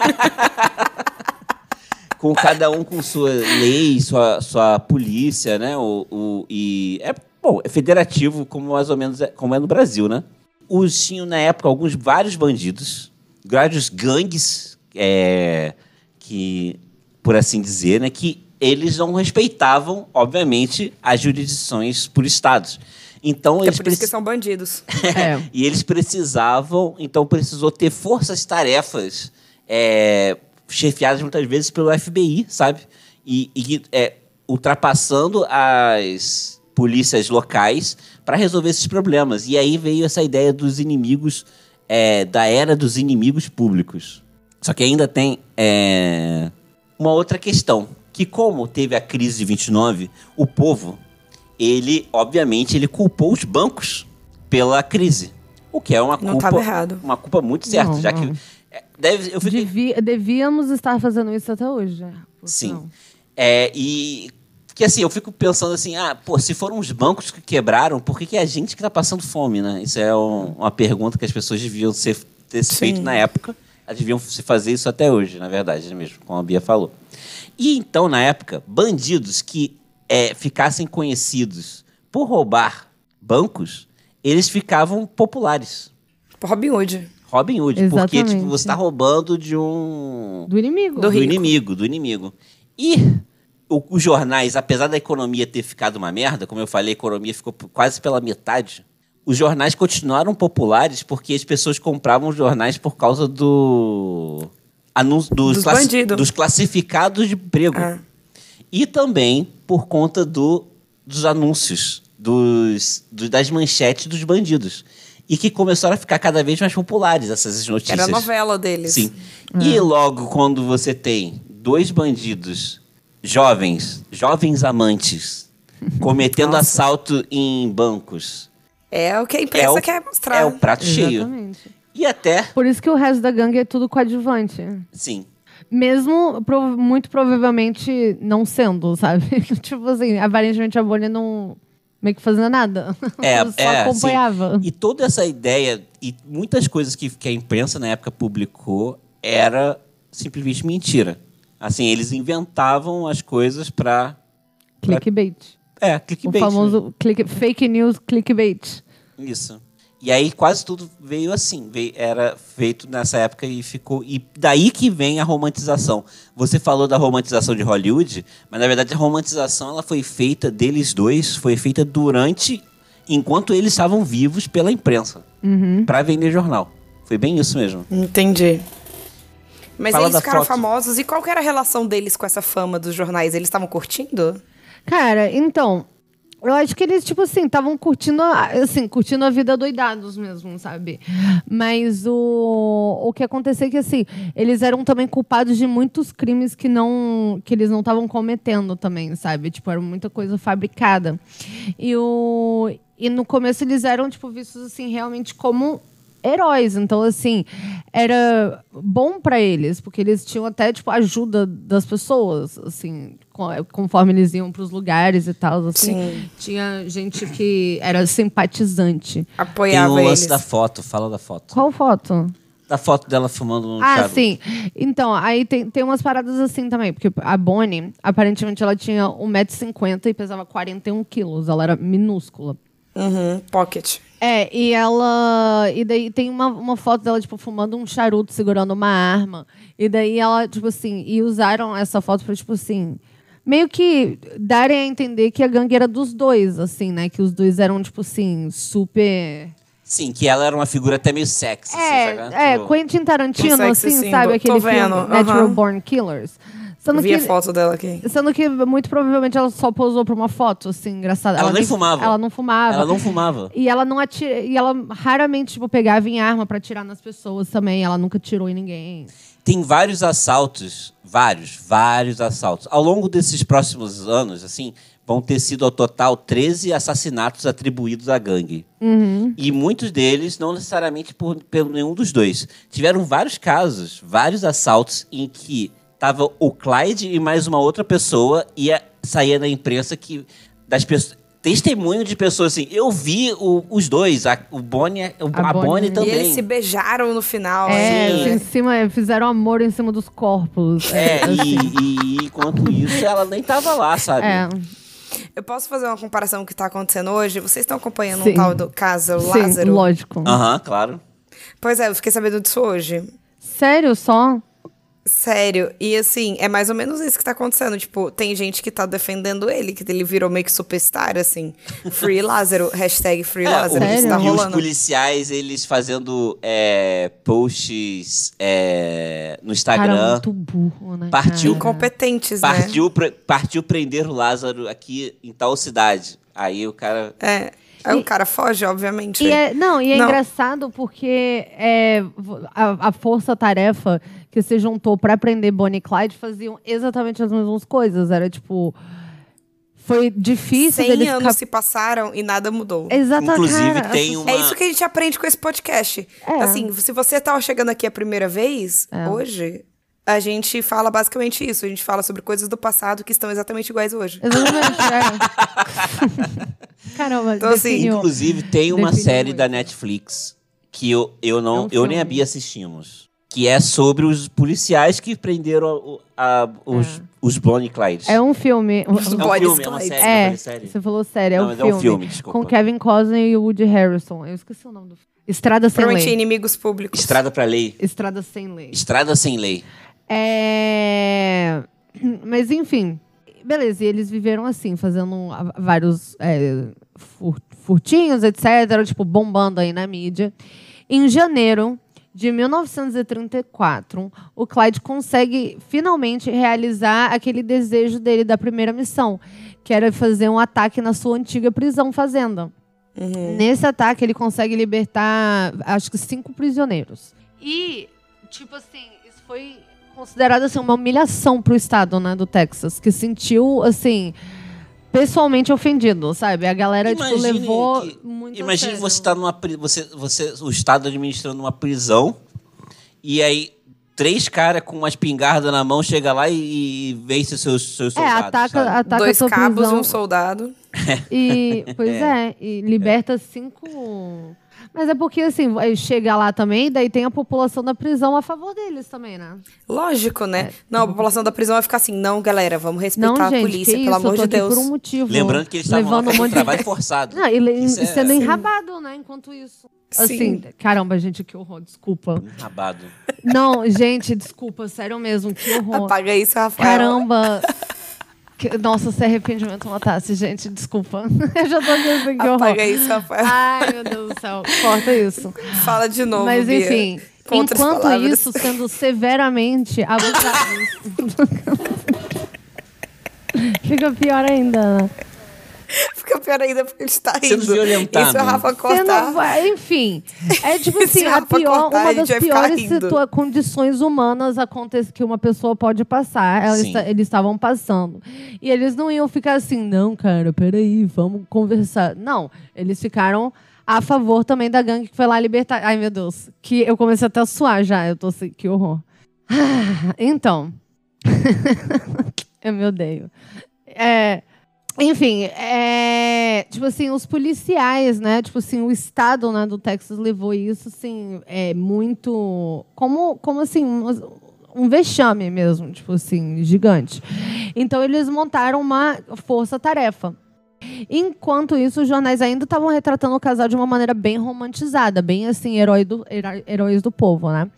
Speaker 3: É. com cada um com sua lei, sua, sua polícia, né? O, o- e é, bom, é federativo como mais ou menos é, como é no Brasil, né? Os tinham na época alguns vários bandidos, vários gangues, é, que por assim dizer, né, que eles não respeitavam, obviamente, as jurisdições por estados. Então
Speaker 2: Que é
Speaker 3: eles
Speaker 2: por isso que
Speaker 3: preci-
Speaker 2: são bandidos.
Speaker 1: É.
Speaker 3: e eles precisavam, então precisou ter forças-tarefas é, chefiadas muitas vezes pelo FBI, sabe? E, e, é, ultrapassando as polícias locais para resolver esses problemas. E aí veio essa ideia dos inimigos, é, da era dos inimigos públicos. Só que ainda tem é, uma outra questão, que como teve a crise de 29, o povo, ele, obviamente, ele culpou os bancos pela crise. O que é uma
Speaker 2: Não
Speaker 3: culpa,
Speaker 2: tava errado.
Speaker 3: uma culpa muito certa,
Speaker 1: Não,
Speaker 3: já
Speaker 1: não.
Speaker 3: que é, deve, eu fiquei,
Speaker 1: Devi- devíamos estar fazendo isso até hoje. né? Por
Speaker 3: Sim.
Speaker 1: sinal.
Speaker 3: É, e. Que assim, eu fico pensando assim, ah, pô, se foram os bancos que quebraram, por que, que é a gente que tá passando fome, né? Isso é um- uma pergunta que as pessoas deviam ser, ter se feito na época. Elas deviam se fazer isso até hoje, na verdade, né mesmo, como a Bia falou. E então, na época, bandidos que é, ficassem conhecidos por roubar bancos, eles ficavam populares.
Speaker 2: Tipo, Robin Hood.
Speaker 3: Robin Hood, porque tipo,
Speaker 1: Exatamente.
Speaker 3: você tá roubando de um
Speaker 1: Do inimigo.
Speaker 2: Do
Speaker 3: do
Speaker 2: rico.
Speaker 3: inimigo, do inimigo. E o- os jornais, apesar da economia ter ficado uma merda, como eu falei, a economia ficou p- quase pela metade. Os jornais continuaram populares porque as pessoas compravam os jornais por causa do anúncio dos,
Speaker 2: Dos
Speaker 3: classi-
Speaker 2: bandidos.
Speaker 3: dos classificados de emprego.
Speaker 2: Ah.
Speaker 3: E também por conta do, dos anúncios, dos, do- das manchetes dos bandidos. E que começaram a ficar cada vez mais populares essas notícias.
Speaker 2: Era a novela deles.
Speaker 3: Sim. E
Speaker 1: É.
Speaker 3: logo quando você tem dois bandidos jovens, jovens amantes, cometendo assalto em bancos,
Speaker 2: É o que a
Speaker 3: é
Speaker 2: imprensa
Speaker 3: o,
Speaker 2: quer mostrar.
Speaker 3: é o prato cheio.
Speaker 1: Exatamente.
Speaker 3: E até,
Speaker 1: Por isso que o resto da gangue é tudo coadjuvante.
Speaker 3: sim,
Speaker 1: Mesmo, prova- muito provavelmente, não sendo, sabe? tipo assim, aparentemente a bolha não... Meio que fazendo nada.
Speaker 3: É,
Speaker 1: Só
Speaker 3: é,
Speaker 1: acompanhava.
Speaker 3: sim. E toda essa ideia e muitas coisas que, que a imprensa na época publicou era simplesmente mentira. Assim, eles inventavam as coisas pra.
Speaker 1: Clickbait.
Speaker 3: É, clickbait.
Speaker 1: o
Speaker 3: né?
Speaker 1: famoso click- fake news clickbait.
Speaker 3: Isso. E aí quase tudo veio assim, veio- era feito nessa época e ficou. E daí que vem a romantização. Você falou da romantização de Hollywood, mas na verdade a romantização ela foi feita deles dois, foi feita durante, enquanto eles estavam vivos pela imprensa,
Speaker 1: Uhum.
Speaker 3: pra vender jornal. Foi bem isso mesmo.
Speaker 2: Entendi. Mas
Speaker 3: Fala
Speaker 2: eles
Speaker 3: da
Speaker 2: ficaram
Speaker 3: foto.
Speaker 2: famosos. E qual que era a relação deles com essa fama dos jornais? Eles estavam curtindo?
Speaker 1: Cara, então, eu acho que eles, tipo assim, estavam curtindo, a- assim, curtindo a vida doidados mesmo, sabe? Mas o, o que aconteceu é que, assim, eles eram também culpados de muitos crimes que não que eles não estavam cometendo também, sabe? Tipo, era muita coisa fabricada. E, o, e no começo eles eram, tipo, vistos, assim, realmente como heróis. Então, assim, era bom pra eles, porque eles tinham até, tipo, ajuda das pessoas, assim, co- conforme eles iam pros lugares e tal. Assim.
Speaker 2: Sim.
Speaker 1: Tinha gente que era simpatizante.
Speaker 3: Tem o
Speaker 2: Apoiava
Speaker 3: lance
Speaker 2: eles.
Speaker 3: da foto, fala da foto.
Speaker 1: Qual foto?
Speaker 3: Da foto dela fumando um
Speaker 1: Ah,
Speaker 3: charuto.
Speaker 1: sim. Então, aí tem, tem umas paradas assim também, porque a Bonnie, aparentemente, ela tinha 1,50m e pesava 41 quilos. Ela era minúscula.
Speaker 2: Uhum, pocket.
Speaker 1: É, e ela. E daí tem uma, uma foto dela, tipo, fumando um charuto, segurando uma arma. E daí ela, tipo assim, e usaram essa foto pra, tipo assim. Meio que darem a entender que a gangue era dos dois, assim, né? Que os dois eram, tipo assim, super.
Speaker 3: Sim, que ela era uma figura até meio sexy. assim, sabe?
Speaker 1: É, é,
Speaker 3: Tipo,
Speaker 1: Quentin Tarantino,
Speaker 2: Sexy
Speaker 1: assim,
Speaker 2: Symbol.
Speaker 1: sabe?
Speaker 2: Tô
Speaker 1: Aquele
Speaker 2: vendo,
Speaker 1: filme, Natural
Speaker 2: aham.
Speaker 1: Born Killers. Sendo
Speaker 2: Eu vi
Speaker 1: que,
Speaker 2: a foto dela aqui.
Speaker 1: sendo que, muito provavelmente, ela só posou pra uma foto, assim, engraçada.
Speaker 3: Ela nem fumava.
Speaker 1: Ela não fumava.
Speaker 3: Ela não fumava.
Speaker 1: E ela não atira, e ela raramente tipo pegava em arma pra atirar nas pessoas também, ela nunca tirou em ninguém.
Speaker 3: tem vários assaltos, vários, vários assaltos. Ao longo desses próximos anos, assim, vão ter sido ao total 13 assassinatos atribuídos à gangue. E muitos deles, não necessariamente por, pelo nenhum dos dois. Tiveram vários casos, vários assaltos em que tava o Clyde e mais uma outra pessoa e a- saía na imprensa que das pessoas testemunho de pessoas assim. Eu vi o- os dois, a, o Bonnie, o-
Speaker 1: A
Speaker 3: a, Bonnie,
Speaker 1: Bonnie.
Speaker 2: E
Speaker 3: também.
Speaker 2: eles se beijaram no final.
Speaker 1: É,
Speaker 2: assim.
Speaker 1: em cima, fizeram amor em cima dos corpos. assim.
Speaker 3: É, e, e enquanto isso, ela nem tava lá, sabe?
Speaker 1: É.
Speaker 2: Eu posso fazer uma comparação com o que tá acontecendo hoje? Vocês estão acompanhando
Speaker 1: Sim.
Speaker 2: um tal do caso
Speaker 1: Sim,
Speaker 2: Lázaro?
Speaker 1: lógico.
Speaker 3: Aham, claro.
Speaker 2: Pois é, eu fiquei sabendo disso hoje.
Speaker 1: Sério só?
Speaker 2: Sério, e assim, é mais ou menos isso que tá acontecendo. Tipo, tem gente que tá defendendo ele, que ele virou meio que superstar, assim. Free Lázaro, hashtag Free
Speaker 3: É,
Speaker 2: Lázaro,
Speaker 1: Sério?
Speaker 2: isso
Speaker 3: os-
Speaker 2: tá
Speaker 3: e os
Speaker 2: rolando.
Speaker 3: policiais, eles fazendo é, posts é, no
Speaker 1: Cara,
Speaker 3: Instagram.
Speaker 1: muito burro, né?
Speaker 3: Partiu
Speaker 1: cara?
Speaker 2: Incompetentes, né?
Speaker 3: Partiu, pre- partiu prender o Lázaro aqui em tal cidade. Aí o cara.
Speaker 2: É. Aí o cara foge, obviamente.
Speaker 1: E é- não, e é
Speaker 2: Não.
Speaker 1: engraçado porque é, vo- a, a força-tarefa que se juntou pra prender Bonnie e Clyde faziam exatamente as mesmas coisas. Era tipo. Foi difícil
Speaker 2: 100
Speaker 1: deles.
Speaker 2: anos
Speaker 1: cap-
Speaker 2: se passaram e nada mudou.
Speaker 1: Exata-
Speaker 3: Inclusive,
Speaker 1: cara, assim,
Speaker 3: tem
Speaker 1: essas-
Speaker 3: um- uma-
Speaker 2: tá, É isso que a gente aprende com esse podcast.
Speaker 1: É.
Speaker 2: Assim, se você tava chegando aqui a primeira vez, hoje, a gente fala basicamente isso. A gente fala sobre coisas do passado que estão exatamente iguais hoje.
Speaker 1: Exatamente. É. Caramba,
Speaker 2: Então, assim,
Speaker 1: definiu.
Speaker 3: Inclusive, tem uma
Speaker 1: Definiu
Speaker 3: série
Speaker 1: muito.
Speaker 3: da Netflix que eu, eu,
Speaker 1: É
Speaker 3: não,
Speaker 1: um
Speaker 3: eu nem
Speaker 1: filme.
Speaker 3: a Bia assistimos. Que é sobre os policiais que prenderam o- a- os,
Speaker 1: É.
Speaker 3: os Bonnie e Clyde.
Speaker 1: É um filme.
Speaker 2: Os
Speaker 3: É um
Speaker 2: Bonnie
Speaker 3: filme, é uma
Speaker 2: Clyde.
Speaker 3: série.
Speaker 1: É,
Speaker 3: não, série.
Speaker 1: você falou sério, é,
Speaker 3: Não,
Speaker 1: um,
Speaker 3: mas
Speaker 1: filme,
Speaker 3: é um filme, desculpa.
Speaker 1: Com Kevin Costner e Woody Harrison. Eu esqueci o nome do filme. Estrada Sem
Speaker 2: Provavelmente
Speaker 1: Lei.
Speaker 2: inimigos públicos.
Speaker 3: Estrada pra Lei.
Speaker 1: Estrada Sem Lei.
Speaker 3: Estrada sem lei.
Speaker 1: É... Mas enfim. Beleza, e eles viveram assim, fazendo a- vários é, fur- furtinhos, etc. Tipo, bombando aí na mídia. Em janeiro de 1934, o Clyde consegue finalmente realizar aquele desejo dele da primeira missão, que era fazer um ataque na sua antiga prisão fazenda.
Speaker 2: Uhum.
Speaker 1: Nesse ataque, ele consegue libertar, acho que, cinco prisioneiros. E, tipo assim, isso foi considerado assim, uma humilhação pro estado né, do Texas, que sentiu, assim, pessoalmente ofendido, sabe? A galera, tipo,
Speaker 3: Imagine
Speaker 1: levou
Speaker 3: que-
Speaker 1: muito a
Speaker 3: Imagine
Speaker 1: sério.
Speaker 3: você tá numa pri- você, você o estado administrando uma prisão e aí três caras com uma espingarda na mão chega lá e, e vence os seus, seus
Speaker 1: É,
Speaker 3: soldados.
Speaker 1: ataca,
Speaker 3: sabe?
Speaker 1: ataca
Speaker 2: Dois
Speaker 1: a sua
Speaker 2: cabos e
Speaker 1: prisão.
Speaker 2: um soldado.
Speaker 1: E, pois é. e liberta cinco... Mas é porque, assim, aí chega lá também, daí tem a população da prisão a favor deles também, né?
Speaker 2: Lógico, né? Não, a população da prisão vai ficar assim, não, galera, vamos respeitar
Speaker 1: É. Não,
Speaker 2: a
Speaker 1: gente,
Speaker 2: polícia,
Speaker 1: que
Speaker 2: pelo
Speaker 1: isso, eu
Speaker 2: amor
Speaker 1: tô
Speaker 2: de
Speaker 1: aqui
Speaker 2: Deus.
Speaker 1: por um motivo.
Speaker 3: Lembrando que eles estavam lá
Speaker 1: Levando um
Speaker 3: fazendo
Speaker 1: monte de
Speaker 3: trabalho forçado.
Speaker 1: Não, e le-
Speaker 3: Isso é-
Speaker 1: sendo enrabado, né? Enquanto isso. Assim,
Speaker 2: Sim.
Speaker 1: caramba, gente, que horror, desculpa.
Speaker 3: Rabado.
Speaker 1: Não, gente, desculpa, sério mesmo, que horror.
Speaker 2: Apaga isso, Rafael.
Speaker 1: um Caramba. Que- nossa, se arrependimento matasse, gente, desculpa. Eu já tô dizendo que horror. Ah,
Speaker 2: Apaga isso, Rafael.
Speaker 1: Ai, meu Deus do céu, corta isso.
Speaker 2: Fala de novo,
Speaker 1: Mas
Speaker 2: Bia.
Speaker 1: enfim,
Speaker 2: Com outras
Speaker 1: enquanto
Speaker 2: palavras.
Speaker 1: isso, sendo severamente abusado. Fica pior ainda, né?
Speaker 2: Fica pior ainda porque a gente tá
Speaker 3: Sendo
Speaker 2: rindo.
Speaker 3: violentado.
Speaker 2: Isso é o Rafa
Speaker 1: Você não
Speaker 2: cortar.
Speaker 1: vai- enfim, é tipo
Speaker 2: Se
Speaker 1: assim, a
Speaker 2: dá pra
Speaker 1: pior,
Speaker 2: cortar,
Speaker 1: uma
Speaker 2: a gente
Speaker 1: das
Speaker 2: vai ficar
Speaker 1: piores
Speaker 2: rindo.
Speaker 1: situa- condições humanas aconte- que uma pessoa pode passar, ela
Speaker 3: Sim.
Speaker 1: esta- eles estavam passando. E eles não iam ficar assim, não, cara, peraí, vamos conversar. Não, eles ficaram a favor também da gangue que foi lá libertar. Ai, meu Deus, que eu comecei até a suar já, eu tô assim, que horror. Ah, Então, eu me odeio. É, enfim, é, tipo assim, os policiais, né? Tipo assim, o estado né, do Texas levou isso, assim, é muito. Como, como assim, um, um vexame mesmo, tipo assim, gigante. Então eles montaram uma força-tarefa. Enquanto isso, os jornais ainda estavam retratando o casal de uma maneira bem romantizada, bem assim, herói do, herá- heróis do povo, né?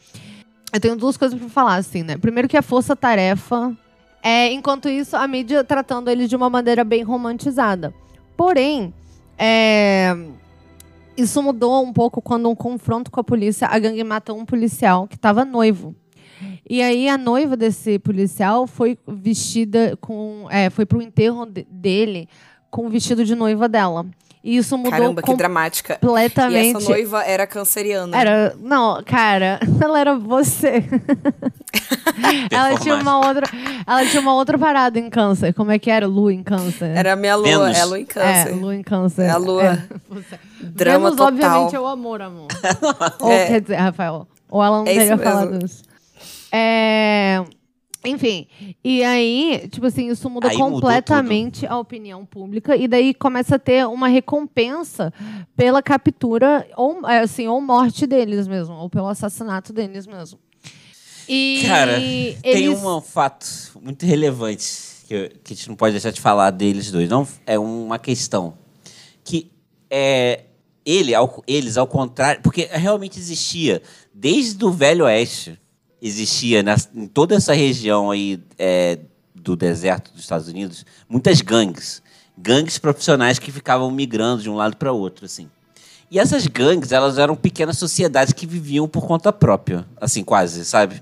Speaker 1: Eu tenho duas coisas pra falar, assim, né? Primeiro que a força-tarefa. É, enquanto isso, a mídia tratando eles de uma maneira bem romantizada. Porém, é, isso mudou um pouco quando um confronto com a polícia, a gangue matou um policial que estava noivo. E aí a noiva desse policial foi vestida com, é, foi pro enterro de- dele com o vestido de noiva dela. E isso mudou
Speaker 2: Caramba, que
Speaker 1: com-
Speaker 2: dramática. E
Speaker 1: completamente.
Speaker 2: essa noiva era canceriana.
Speaker 1: Era, não, cara, ela era você. ela tinha uma outra, ela tinha uma outra parada em câncer. Como é que era? Lua em câncer.
Speaker 2: Era a minha lua,
Speaker 3: Vênus.
Speaker 2: é a lua em
Speaker 1: é,
Speaker 2: câncer.
Speaker 1: lua em câncer.
Speaker 2: É a lua.
Speaker 1: É, você.
Speaker 2: Drama
Speaker 1: Vênus,
Speaker 2: total.
Speaker 1: obviamente, é o amor, amor. ou,
Speaker 2: É.
Speaker 1: Quer dizer, Rafael, ou ela não
Speaker 2: É isso
Speaker 1: teria
Speaker 2: mesmo.
Speaker 1: falado isso. É, Enfim, e aí, tipo assim, isso muda
Speaker 3: Aí mudou
Speaker 1: completamente a opinião pública e daí começa a ter uma recompensa pela captura ou é, assim, ou morte deles mesmo, ou pelo assassinato deles mesmo. E
Speaker 3: Cara,
Speaker 1: eles...
Speaker 3: Tem um fato muito relevante que, eu- que a gente não pode deixar de falar deles dois. Não é uma questão que é ele, ao- eles ao contrário, porque realmente existia desde o Velho Oeste, existia nas- em toda essa região aí é, do deserto dos Estados Unidos muitas gangues, gangues profissionais que ficavam migrando de um lado para outro assim. E essas gangues, elas eram pequenas sociedades que viviam por conta própria, assim quase, sabe?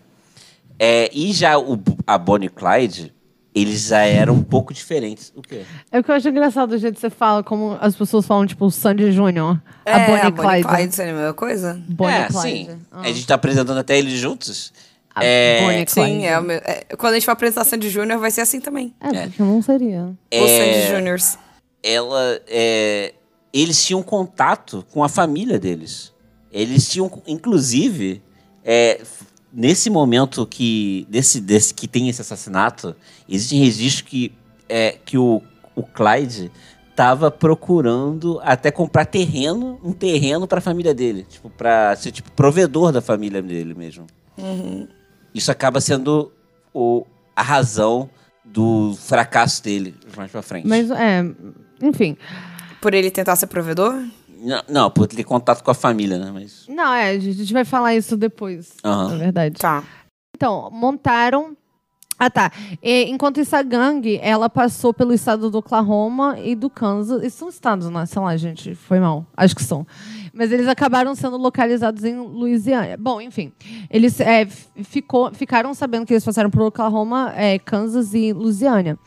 Speaker 3: É, e já o, a Bonnie e Clyde, eles já eram um pouco diferentes. O quê?
Speaker 1: É o que eu acho engraçado o jeito que você fala, como as pessoas falam, tipo, o Sandy Júnior, a
Speaker 2: É,
Speaker 1: Bonnie
Speaker 2: a
Speaker 1: Clyde.
Speaker 2: Clyde seria a mesma coisa?
Speaker 1: Bonnie
Speaker 3: é,
Speaker 1: Clyde.
Speaker 3: sim.
Speaker 1: Ah.
Speaker 3: A gente tá apresentando até eles juntos.
Speaker 1: A
Speaker 3: É,
Speaker 1: Bonnie Clyde.
Speaker 2: Sim, é, o meu- é, quando a gente for apresentar Sandy Júnior, vai ser assim também.
Speaker 1: É, porque não seria.
Speaker 3: É.
Speaker 2: Ou Sandy Júniors.
Speaker 3: Ela, é, eles tinham contato com a família deles. Eles tinham, inclusive, é, nesse momento que desse, desse que tem esse assassinato, existe um registro que é, que o, o Clyde tava procurando até comprar terreno, um terreno para a família dele, tipo para ser tipo provedor da família dele mesmo. isso acaba sendo o, a razão do fracasso dele mais pra frente.
Speaker 1: Mas, é, enfim.
Speaker 2: Por ele tentar ser provedor?
Speaker 3: Não, não, por ter contato com a família, né? Mas.
Speaker 1: Não, é, a gente vai falar isso depois,
Speaker 3: Aham.
Speaker 1: na verdade.
Speaker 2: Tá.
Speaker 1: Então, montaram. Ah, tá. E, enquanto isso, a gangue, ela passou pelo estado do Oklahoma e do Kansas. E são estados, né? Sei lá, gente. Foi mal. Acho que são. Mas eles acabaram sendo localizados em Louisiana. Bom, enfim. Eles é, f- ficou, ficaram sabendo que eles passaram por Oklahoma, é, Kansas e Louisiana.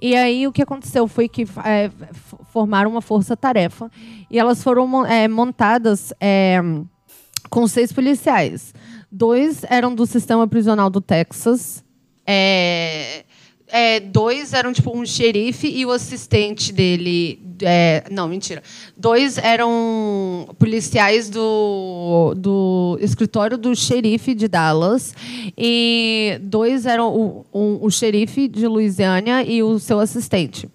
Speaker 1: E aí, o que aconteceu foi que é, f- formaram uma força-tarefa. E elas foram mon- é, montadas... é, com seis policiais. Dois eram do sistema prisional do Texas. É, é, dois eram tipo um xerife e o assistente dele. é, não, mentira. Dois eram policiais do, do escritório do xerife de Dallas. E dois eram o, um- o xerife de Louisiana e o seu assistente.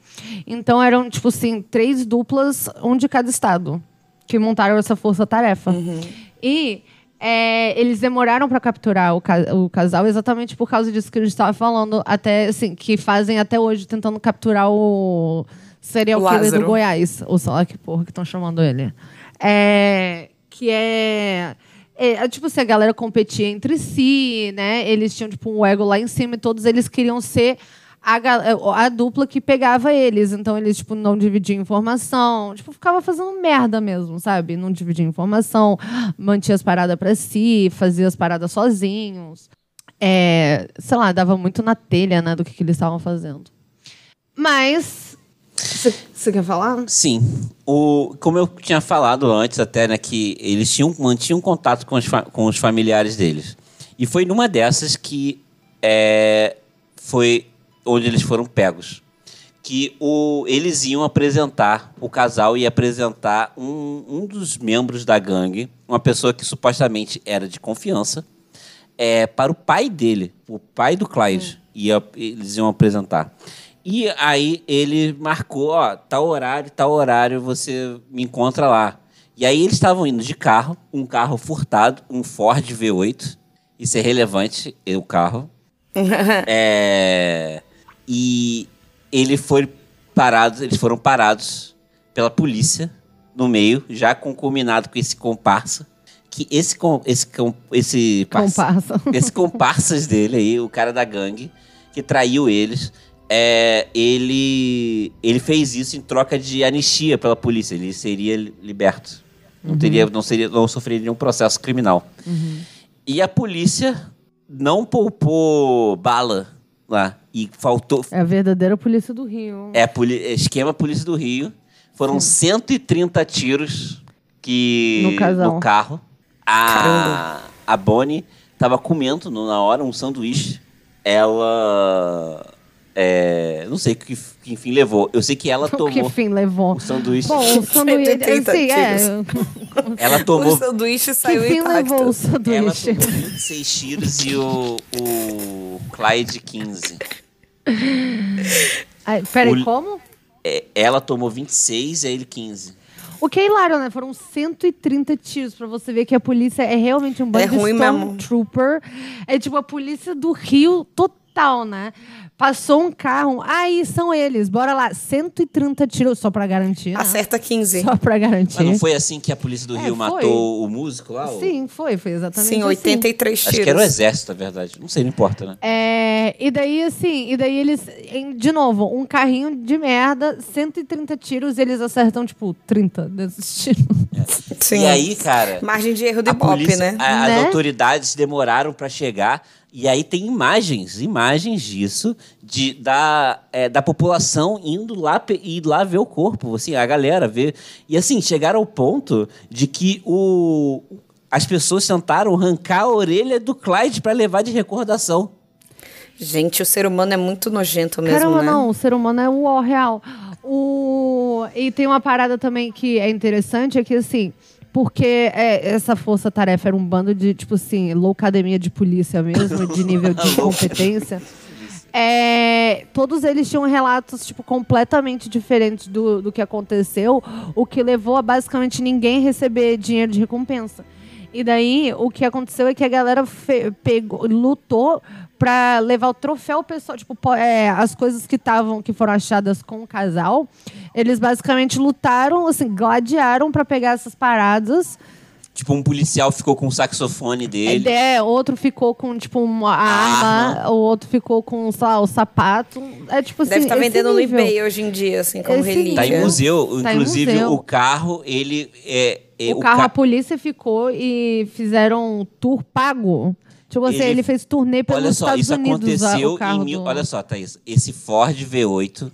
Speaker 1: Então eram, tipo assim, três duplas, um de cada estado que montaram essa força-tarefa. E é, eles demoraram para capturar o, ca- o casal exatamente por causa disso que a gente estava falando, até assim, que fazem até hoje tentando capturar o serial killer do
Speaker 2: Lázaro.
Speaker 1: Goiás, ou sei lá que porra que estão chamando ele. É, que é, é, é, tipo assim, a galera competia entre si, né? Eles tinham tipo um ego lá em cima e todos eles queriam ser a, ga- a dupla que pegava eles. Então eles, tipo, não dividiam informação. Tipo, ficava fazendo merda mesmo, sabe? Não dividia informação, mantinha as paradas pra si, fazia as paradas sozinhos. É, sei lá, dava muito na telha, né, do que, que eles estavam fazendo. Mas. Você quer falar?
Speaker 3: Sim. O, como eu tinha falado antes, até, né, que eles tinham, mantinham contato com os, fa- com os familiares deles. E foi numa dessas que é, foi onde eles foram pegos. Que o, eles iam apresentar, o casal ia apresentar um, um dos membros da gangue, uma pessoa que supostamente era de confiança, é, para o pai dele, o pai do Clyde. Ia, eles iam apresentar. E aí ele marcou, ó, tal horário, tal horário, você me encontra lá. E aí eles estavam indo de carro, um carro furtado, um Ford V8. Isso é relevante, é o carro. É, e ele foi parado, eles foram parados pela polícia no meio, já concominado com esse comparsa. Que esse, com, esse, com, esse parça-
Speaker 1: Comparsa.
Speaker 3: esse comparsas dele aí, o cara da gangue, que traiu eles, é, ele, ele fez isso em troca de anistia pela polícia. Ele seria li- liberto. Não, teria, não, seria, não sofreria nenhum processo criminal. E a polícia não poupou bala lá. E faltou.
Speaker 1: É a verdadeira polícia do Rio.
Speaker 3: É, poli- é esquema Polícia do Rio. Foram 130 tiros que
Speaker 1: No casal.
Speaker 3: carro. A,
Speaker 2: Caramba.
Speaker 3: a Bonnie tava comendo no- na hora um sanduíche. Ela É, não sei que, que enfim levou. Eu sei que ela
Speaker 1: O que
Speaker 3: tomou
Speaker 1: fim levou?
Speaker 3: o sanduíche.
Speaker 1: Bom, o sanduíche.
Speaker 2: 180
Speaker 1: Assim, é,
Speaker 2: tiros.
Speaker 3: ela
Speaker 2: O
Speaker 3: tomou
Speaker 2: sanduíche
Speaker 1: que
Speaker 2: saiu
Speaker 1: fim levou o
Speaker 2: intacto.
Speaker 3: Ela
Speaker 1: sanduíche?
Speaker 3: tomou 26 tiros e o, o Clyde 15.
Speaker 1: Ai, Peraí,
Speaker 3: O-
Speaker 1: como?
Speaker 3: É, ela tomou 26 e ele 15.
Speaker 1: O que é hilário, né? Foram 130 tiros pra você ver que a polícia é realmente um bando
Speaker 2: É ruim
Speaker 1: de
Speaker 2: mesmo.
Speaker 1: stormtrooper. É tipo a polícia do Rio total, né? Passou um carro, aí são eles, bora lá. 130 tiros, só pra garantir. né?
Speaker 2: Acerta 15.
Speaker 1: Só pra garantir.
Speaker 3: Mas não foi assim que a polícia do
Speaker 1: É,
Speaker 3: Rio
Speaker 1: foi.
Speaker 3: matou o músico lá? O-
Speaker 1: Sim, foi, foi exatamente
Speaker 2: Sim,
Speaker 1: assim.
Speaker 2: 83 tiros.
Speaker 3: Acho que era o exército, na verdade. Não sei, não importa, né?
Speaker 1: É, e daí, assim, e daí eles, em- de novo, um carrinho de merda, 130 tiros, eles acertam, tipo, 30 desses tiros.
Speaker 2: Sim.
Speaker 3: E aí, cara,
Speaker 2: Margem de erro do
Speaker 3: a
Speaker 2: Ibope,
Speaker 3: polícia-
Speaker 2: né?
Speaker 3: a-
Speaker 1: Né?
Speaker 3: as autoridades demoraram pra chegar. E aí tem imagens, imagens disso, de, da, é, da população indo lá pe- ir lá ver o corpo, assim, a galera ver. E assim, chegaram ao ponto de que o, as pessoas tentaram arrancar a orelha do Clyde pra levar de recordação.
Speaker 2: Gente, o ser humano é muito nojento mesmo,
Speaker 1: Caramba,
Speaker 2: né?
Speaker 1: não, o ser humano é o ó real. O... E tem uma parada também que é interessante, é que assim, porque é, essa força-tarefa era um bando de, tipo assim, loucademia de polícia mesmo, de nível de competência. É, todos eles tinham relatos tipo, completamente diferentes do, do que aconteceu, o que levou a basicamente ninguém receber dinheiro de recompensa. E daí, o que aconteceu é que a galera fe- pegou, lutou pra levar o troféu pessoal, tipo, po- é, as coisas que estavam, que foram achadas com o casal. Eles basicamente lutaram, assim, gladiaram pra pegar essas paradas.
Speaker 3: Tipo, um policial ficou com o saxofone dele.
Speaker 1: É, outro ficou com, tipo, uma arma, o outro ficou com, sei lá, o sapato. É tipo assim.
Speaker 2: Deve estar
Speaker 1: esse
Speaker 2: vendendo
Speaker 1: nível.
Speaker 2: no eBay hoje em dia, assim, como
Speaker 1: Esse
Speaker 2: relíquia.
Speaker 3: Tá em museu.
Speaker 1: Tá em
Speaker 3: Inclusive,
Speaker 1: museu.
Speaker 3: o carro, ele é. é,
Speaker 1: O carro,
Speaker 3: ca-
Speaker 1: a polícia ficou e fizeram um tour pago. Tipo assim,
Speaker 3: Ele-
Speaker 1: ele, fez turnê pelos
Speaker 3: Olha só,
Speaker 1: Estados
Speaker 3: isso
Speaker 1: Unidos. a-
Speaker 3: aconteceu
Speaker 1: o carro
Speaker 3: em mil.
Speaker 1: do-
Speaker 3: Olha só, Thaís. Esse Ford V8,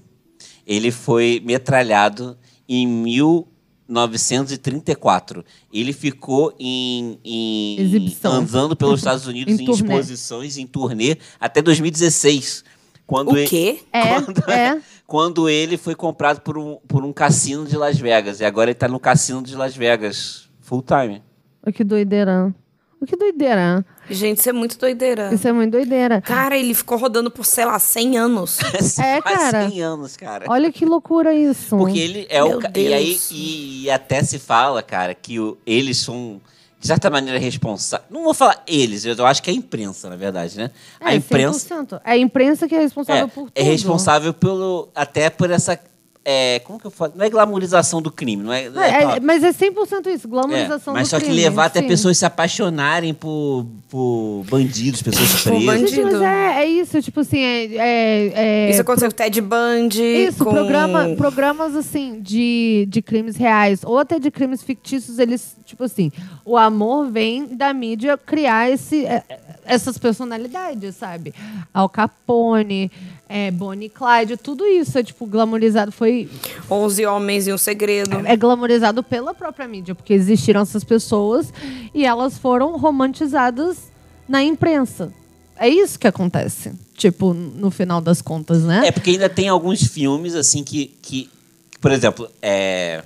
Speaker 3: ele foi metralhado em 1934. Ele ficou em. em-
Speaker 1: Exibição.
Speaker 3: Andando pelos Estados Unidos
Speaker 1: Em
Speaker 3: em,
Speaker 1: turnê.
Speaker 3: exposições, em turnê, até 2016. Quando
Speaker 2: O
Speaker 3: ele-
Speaker 2: quê?
Speaker 3: Quando-
Speaker 1: É, é.
Speaker 3: Quando ele foi comprado por um, por um cassino de Las Vegas. E agora ele tá no cassino de Las Vegas. Full time.
Speaker 1: O que doideira. O que doideira.
Speaker 2: Gente, isso é muito
Speaker 3: Ah.
Speaker 2: doideira.
Speaker 1: Isso é muito doideira.
Speaker 2: Cara, ele ficou rodando por, sei lá, 100 anos.
Speaker 1: É,
Speaker 3: Faz
Speaker 1: cara.
Speaker 3: 100 anos, cara.
Speaker 1: Olha que loucura isso.
Speaker 3: Porque ele é
Speaker 2: Meu
Speaker 3: o. ca- E, aí,
Speaker 2: Deus.
Speaker 3: e, e até se fala, cara, que o- eles são, de certa maneira, responsáveis. Não vou falar eles, eu acho que é a imprensa, na verdade, né?
Speaker 1: é,
Speaker 3: a imprensa
Speaker 1: 100%. É a imprensa que é responsável
Speaker 3: é,
Speaker 1: por tudo.
Speaker 3: é responsável pelo. Até por essa. é, como que eu falo? Não é glamorização do crime, não é.
Speaker 1: É, é, mas é 100% isso,
Speaker 3: é,
Speaker 1: glamorização
Speaker 3: mas
Speaker 1: do
Speaker 3: só que
Speaker 1: crime,
Speaker 3: levar até
Speaker 1: sim.
Speaker 3: pessoas se apaixonarem por, por bandidos, pessoas
Speaker 2: Por
Speaker 3: presas.
Speaker 2: bandido.
Speaker 1: Gente, mas é, é isso, tipo assim, é, é- é-
Speaker 2: Isso aconteceu com o Ted Bundy,
Speaker 1: Isso,
Speaker 2: com...
Speaker 1: programa, programas assim de, de crimes reais ou até de crimes fictícios, eles, tipo assim, o amor vem da mídia criar esse, é, é, essas personalidades, sabe? Al Capone, é, Bonnie e Clyde, tudo isso é tipo glamorizado, foi
Speaker 2: 11 Homens e um Segredo.
Speaker 1: é glamorizado pela própria mídia, porque existiram essas pessoas e elas foram romantizadas na imprensa. É isso que acontece, tipo, no final das contas, né?
Speaker 3: É porque ainda tem alguns filmes, assim, que. que que, por exemplo, é.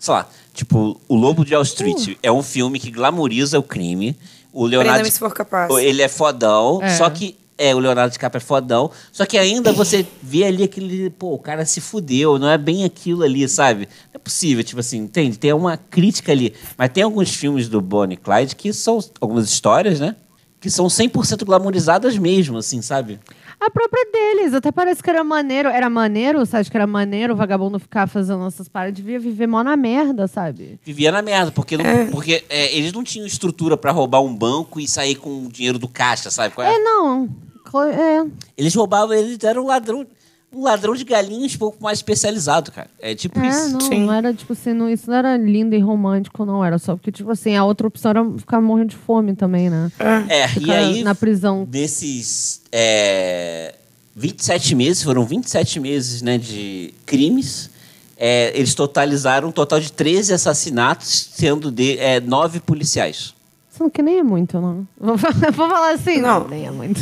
Speaker 3: Sei lá, tipo, O Lobo de Wall Street é um filme que glamoriza o crime. O Leonardo.
Speaker 2: Prenda-me se for capaz.
Speaker 3: Ele é fodão,
Speaker 1: É.
Speaker 3: só que. É, o Leonardo DiCaprio é fodão. Só que ainda você vê ali aquele. Pô, o cara se fudeu, não é bem aquilo ali, sabe? Não é possível, tipo assim, entende? Tem uma crítica ali. Mas tem alguns filmes do Bonnie e Clyde que são. Algumas histórias, né? Que são 100% glamorizadas mesmo, assim, sabe?
Speaker 1: A própria deles, até parece que era maneiro. Era maneiro, você acha que era maneiro o vagabundo ficar fazendo essas paradas? Devia viver mó na merda, sabe?
Speaker 3: Vivia na merda, porque, não- porque é, eles não tinham estrutura pra roubar um banco e sair com o dinheiro do caixa, sabe? qual é?
Speaker 1: É, não. Co- É.
Speaker 3: Eles roubavam, eles eram um ladrão, um ladrão de galinhas um pouco mais especializado, cara. É tipo
Speaker 1: É,
Speaker 3: isso.
Speaker 1: não, não era tipo assim, não, isso não era lindo e romântico, não era. Só porque, tipo assim, a outra opção era ficar morrendo de fome também, né?
Speaker 3: É, e
Speaker 1: Ficar
Speaker 3: aí,
Speaker 1: na prisão.
Speaker 3: nesses é, 27 meses, foram 27 meses né, de crimes, é, eles totalizaram um total de 13 assassinatos, sendo de é, 9 policiais.
Speaker 1: Sendo que nem é muito, não. Vou falar, vou falar assim, não.
Speaker 2: Não.
Speaker 1: nem é muito.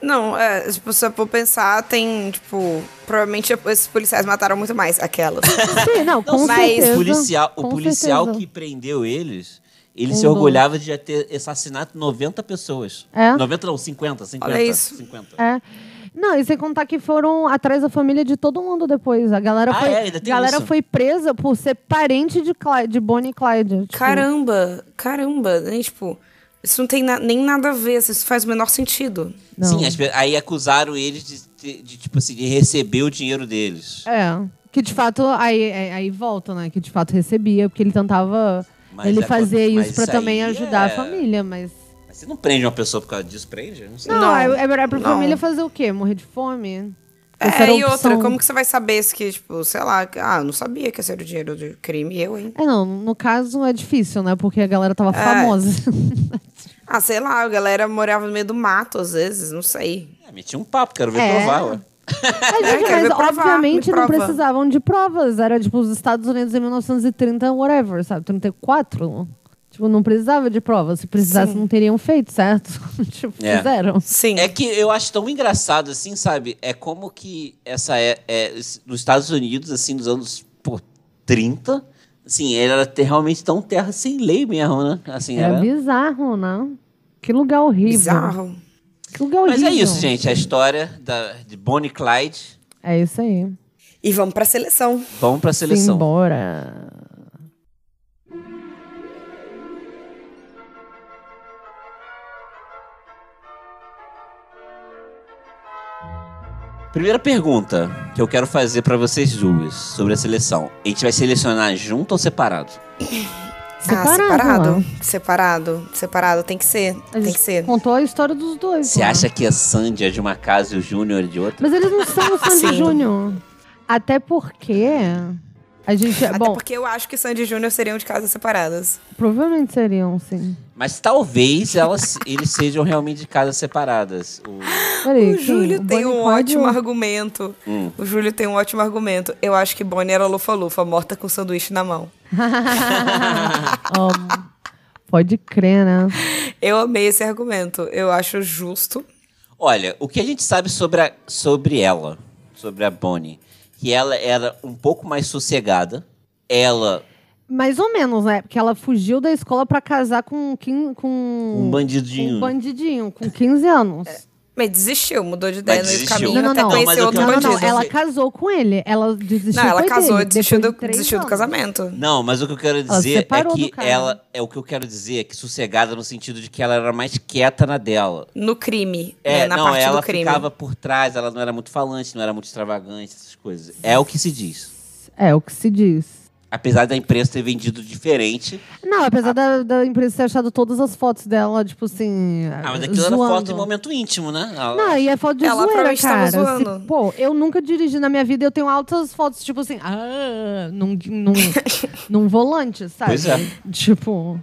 Speaker 2: Não, é, tipo, se eu for pensar, tem, tipo, provavelmente esses policiais mataram muito mais aquelas.
Speaker 1: Sim, não, com
Speaker 2: mas
Speaker 1: certeza.
Speaker 3: O policial, o
Speaker 1: com
Speaker 3: policial
Speaker 1: certeza.
Speaker 3: que prendeu eles, ele
Speaker 1: Com
Speaker 3: se
Speaker 1: dor.
Speaker 3: orgulhava de já ter assassinado 90 pessoas.
Speaker 1: É?
Speaker 3: 90 não, 50, 50.
Speaker 2: Olha isso.
Speaker 3: 50.
Speaker 1: É. Não, e sem contar que foram atrás da família de todo mundo depois. A galera
Speaker 3: Ah,
Speaker 1: foi,
Speaker 3: é, ainda tem
Speaker 1: galera
Speaker 3: isso.
Speaker 1: foi presa por ser parente de, Clyde, de Bonnie e Clyde. tipo.
Speaker 2: Caramba, caramba, né? Tipo, isso não tem na- nem nada a ver, isso faz o menor sentido.
Speaker 1: Não.
Speaker 3: Sim, as pe- aí acusaram eles de, ter- de, tipo assim, de receber o dinheiro deles.
Speaker 1: É. Que de fato, aí, aí, aí volta, né? Que de fato recebia, porque ele tentava.
Speaker 3: Mas
Speaker 1: ele
Speaker 3: é
Speaker 1: fazia
Speaker 3: quando- mas
Speaker 1: isso pra
Speaker 3: isso
Speaker 1: também
Speaker 3: aí
Speaker 1: ajudar a
Speaker 3: é-
Speaker 1: família, mas.
Speaker 3: Mas Você não prende uma pessoa por causa disso, prende? Eu Não sei.
Speaker 1: Não,
Speaker 2: Não,
Speaker 1: é, é pra
Speaker 2: não.
Speaker 1: família fazer o quê? Morrer de fome? Essa
Speaker 2: É,
Speaker 1: era a
Speaker 2: e outra,
Speaker 1: opção.
Speaker 2: como que você vai saber se que, tipo, sei lá, que- ah, eu não sabia que esse era o dinheiro do crime, eu, hein?
Speaker 1: É, não, no caso é difícil, né? Porque a galera
Speaker 2: É.
Speaker 1: tava famosa.
Speaker 2: Ah, sei lá, a galera morava no meio do mato, às vezes, não sei.
Speaker 3: É, meti um papo, quero ver
Speaker 1: É.
Speaker 3: provar. ué.
Speaker 1: Mas,
Speaker 2: É,
Speaker 1: gente,
Speaker 2: quero
Speaker 1: mas
Speaker 2: ver provar,
Speaker 1: obviamente
Speaker 2: me
Speaker 1: não
Speaker 2: prova.
Speaker 1: precisavam de provas. Era tipo os Estados Unidos em 1930, whatever, sabe? 34. Tipo, não precisava de provas. Se precisasse, não teriam feito, certo? tipo,
Speaker 3: É.
Speaker 1: fizeram.
Speaker 2: Sim.
Speaker 3: É que eu acho tão engraçado, assim, sabe? É como que essa é, é- nos Estados Unidos, assim, nos anos pô, 30, assim, era ter- realmente tão terra sem lei mesmo, né? Assim,
Speaker 1: Era
Speaker 3: era...
Speaker 1: bizarro, né? Que lugar horrível.
Speaker 2: Bizarro.
Speaker 1: Que lugar
Speaker 3: Mas
Speaker 1: horrível.
Speaker 3: é isso, gente. A história da, de Bonnie e Clyde.
Speaker 1: É isso aí.
Speaker 2: E vamos pra seleção.
Speaker 3: Vamos pra seleção.
Speaker 1: Simbora.
Speaker 3: Primeira pergunta que eu quero fazer pra vocês duas sobre a seleção. A gente vai selecionar junto ou separado?
Speaker 1: Separado.
Speaker 2: ah,
Speaker 1: né?
Speaker 2: separado. Separado. Separado, tem que ser.
Speaker 1: A
Speaker 2: Tem
Speaker 1: gente
Speaker 2: que ser.
Speaker 1: Contou a história dos dois.
Speaker 3: Você
Speaker 1: né?
Speaker 3: acha que a Sandy é de uma casa e o Júnior é de outra?
Speaker 1: Mas eles não são o Sandy
Speaker 2: Sim.
Speaker 1: Júnior. Até porque a gente. é-
Speaker 2: Até
Speaker 1: bom,
Speaker 2: porque eu acho que Sandy e Júnior seriam de casas separadas.
Speaker 1: provavelmente seriam, sim.
Speaker 3: Mas talvez elas, eles sejam realmente de casas separadas. O-
Speaker 1: Peraí,
Speaker 2: o
Speaker 1: quem?
Speaker 2: Júlio tem
Speaker 1: Bonnie
Speaker 2: um
Speaker 1: Clyde
Speaker 2: ótimo
Speaker 1: ou-
Speaker 2: argumento.
Speaker 3: Hum.
Speaker 2: O Júlio tem um ótimo argumento. Eu acho que Bonnie era lufa-lufa, morta com sanduíche na mão.
Speaker 1: Amo. Pode crer, né?
Speaker 2: Eu amei esse argumento. Eu acho justo.
Speaker 3: Olha, o que a gente sabe sobre, a- sobre ela, sobre a Bonnie, que ela era um pouco mais sossegada. Ela,
Speaker 1: Mais ou menos, né? Porque ela fugiu da escola pra casar com, quin... com...
Speaker 3: um
Speaker 1: com
Speaker 3: bandidinho.
Speaker 1: um bandidinho, com 15 anos.
Speaker 2: Mas desistiu, mudou de ideia
Speaker 3: Mas
Speaker 2: no
Speaker 3: desistiu.
Speaker 1: Não,
Speaker 2: caminho
Speaker 1: não,
Speaker 2: É, até
Speaker 1: não.
Speaker 2: conhecer
Speaker 3: Não, mas
Speaker 2: outro
Speaker 3: eu
Speaker 1: Não,
Speaker 3: quero-
Speaker 1: não,
Speaker 2: bandido.
Speaker 1: não. Ela casou com ele. Ela desistiu.
Speaker 2: Não, ela
Speaker 1: foi
Speaker 2: casou,
Speaker 1: dele,
Speaker 2: desistiu, do,
Speaker 1: depois de três
Speaker 2: desistiu do
Speaker 1: anos.
Speaker 2: casamento.
Speaker 3: Não, mas o que eu quero
Speaker 1: Ela
Speaker 3: dizer é
Speaker 1: separou
Speaker 3: que
Speaker 1: do cara.
Speaker 3: ela. É o que eu quero dizer é que sossegada no sentido de que ela era mais quieta na dela.
Speaker 2: No crime,
Speaker 3: É,
Speaker 2: né, na
Speaker 3: não,
Speaker 2: parte
Speaker 3: ela
Speaker 2: do crime.
Speaker 3: ficava por trás, ela não era muito falante, não era muito extravagante, essas coisas. É o que se diz.
Speaker 1: É, o que se diz.
Speaker 3: Apesar da imprensa ter vendido diferente.
Speaker 1: Não,
Speaker 3: Ah.
Speaker 1: apesar da, da empresa ter achado todas as fotos dela, tipo assim.
Speaker 3: Ah, mas aquilo era foto
Speaker 1: zoando.
Speaker 3: em momento íntimo, né? Ela-
Speaker 1: Não, e é foto de
Speaker 2: Ela
Speaker 1: zoeira,
Speaker 2: provavelmente
Speaker 1: cara.
Speaker 2: tava
Speaker 1: Se-
Speaker 2: zoando.
Speaker 1: pô, eu nunca dirigi na minha vida e eu tenho altas fotos, tipo assim, ah, num, num, num volante, sabe?
Speaker 3: Pois é.
Speaker 1: Tipo,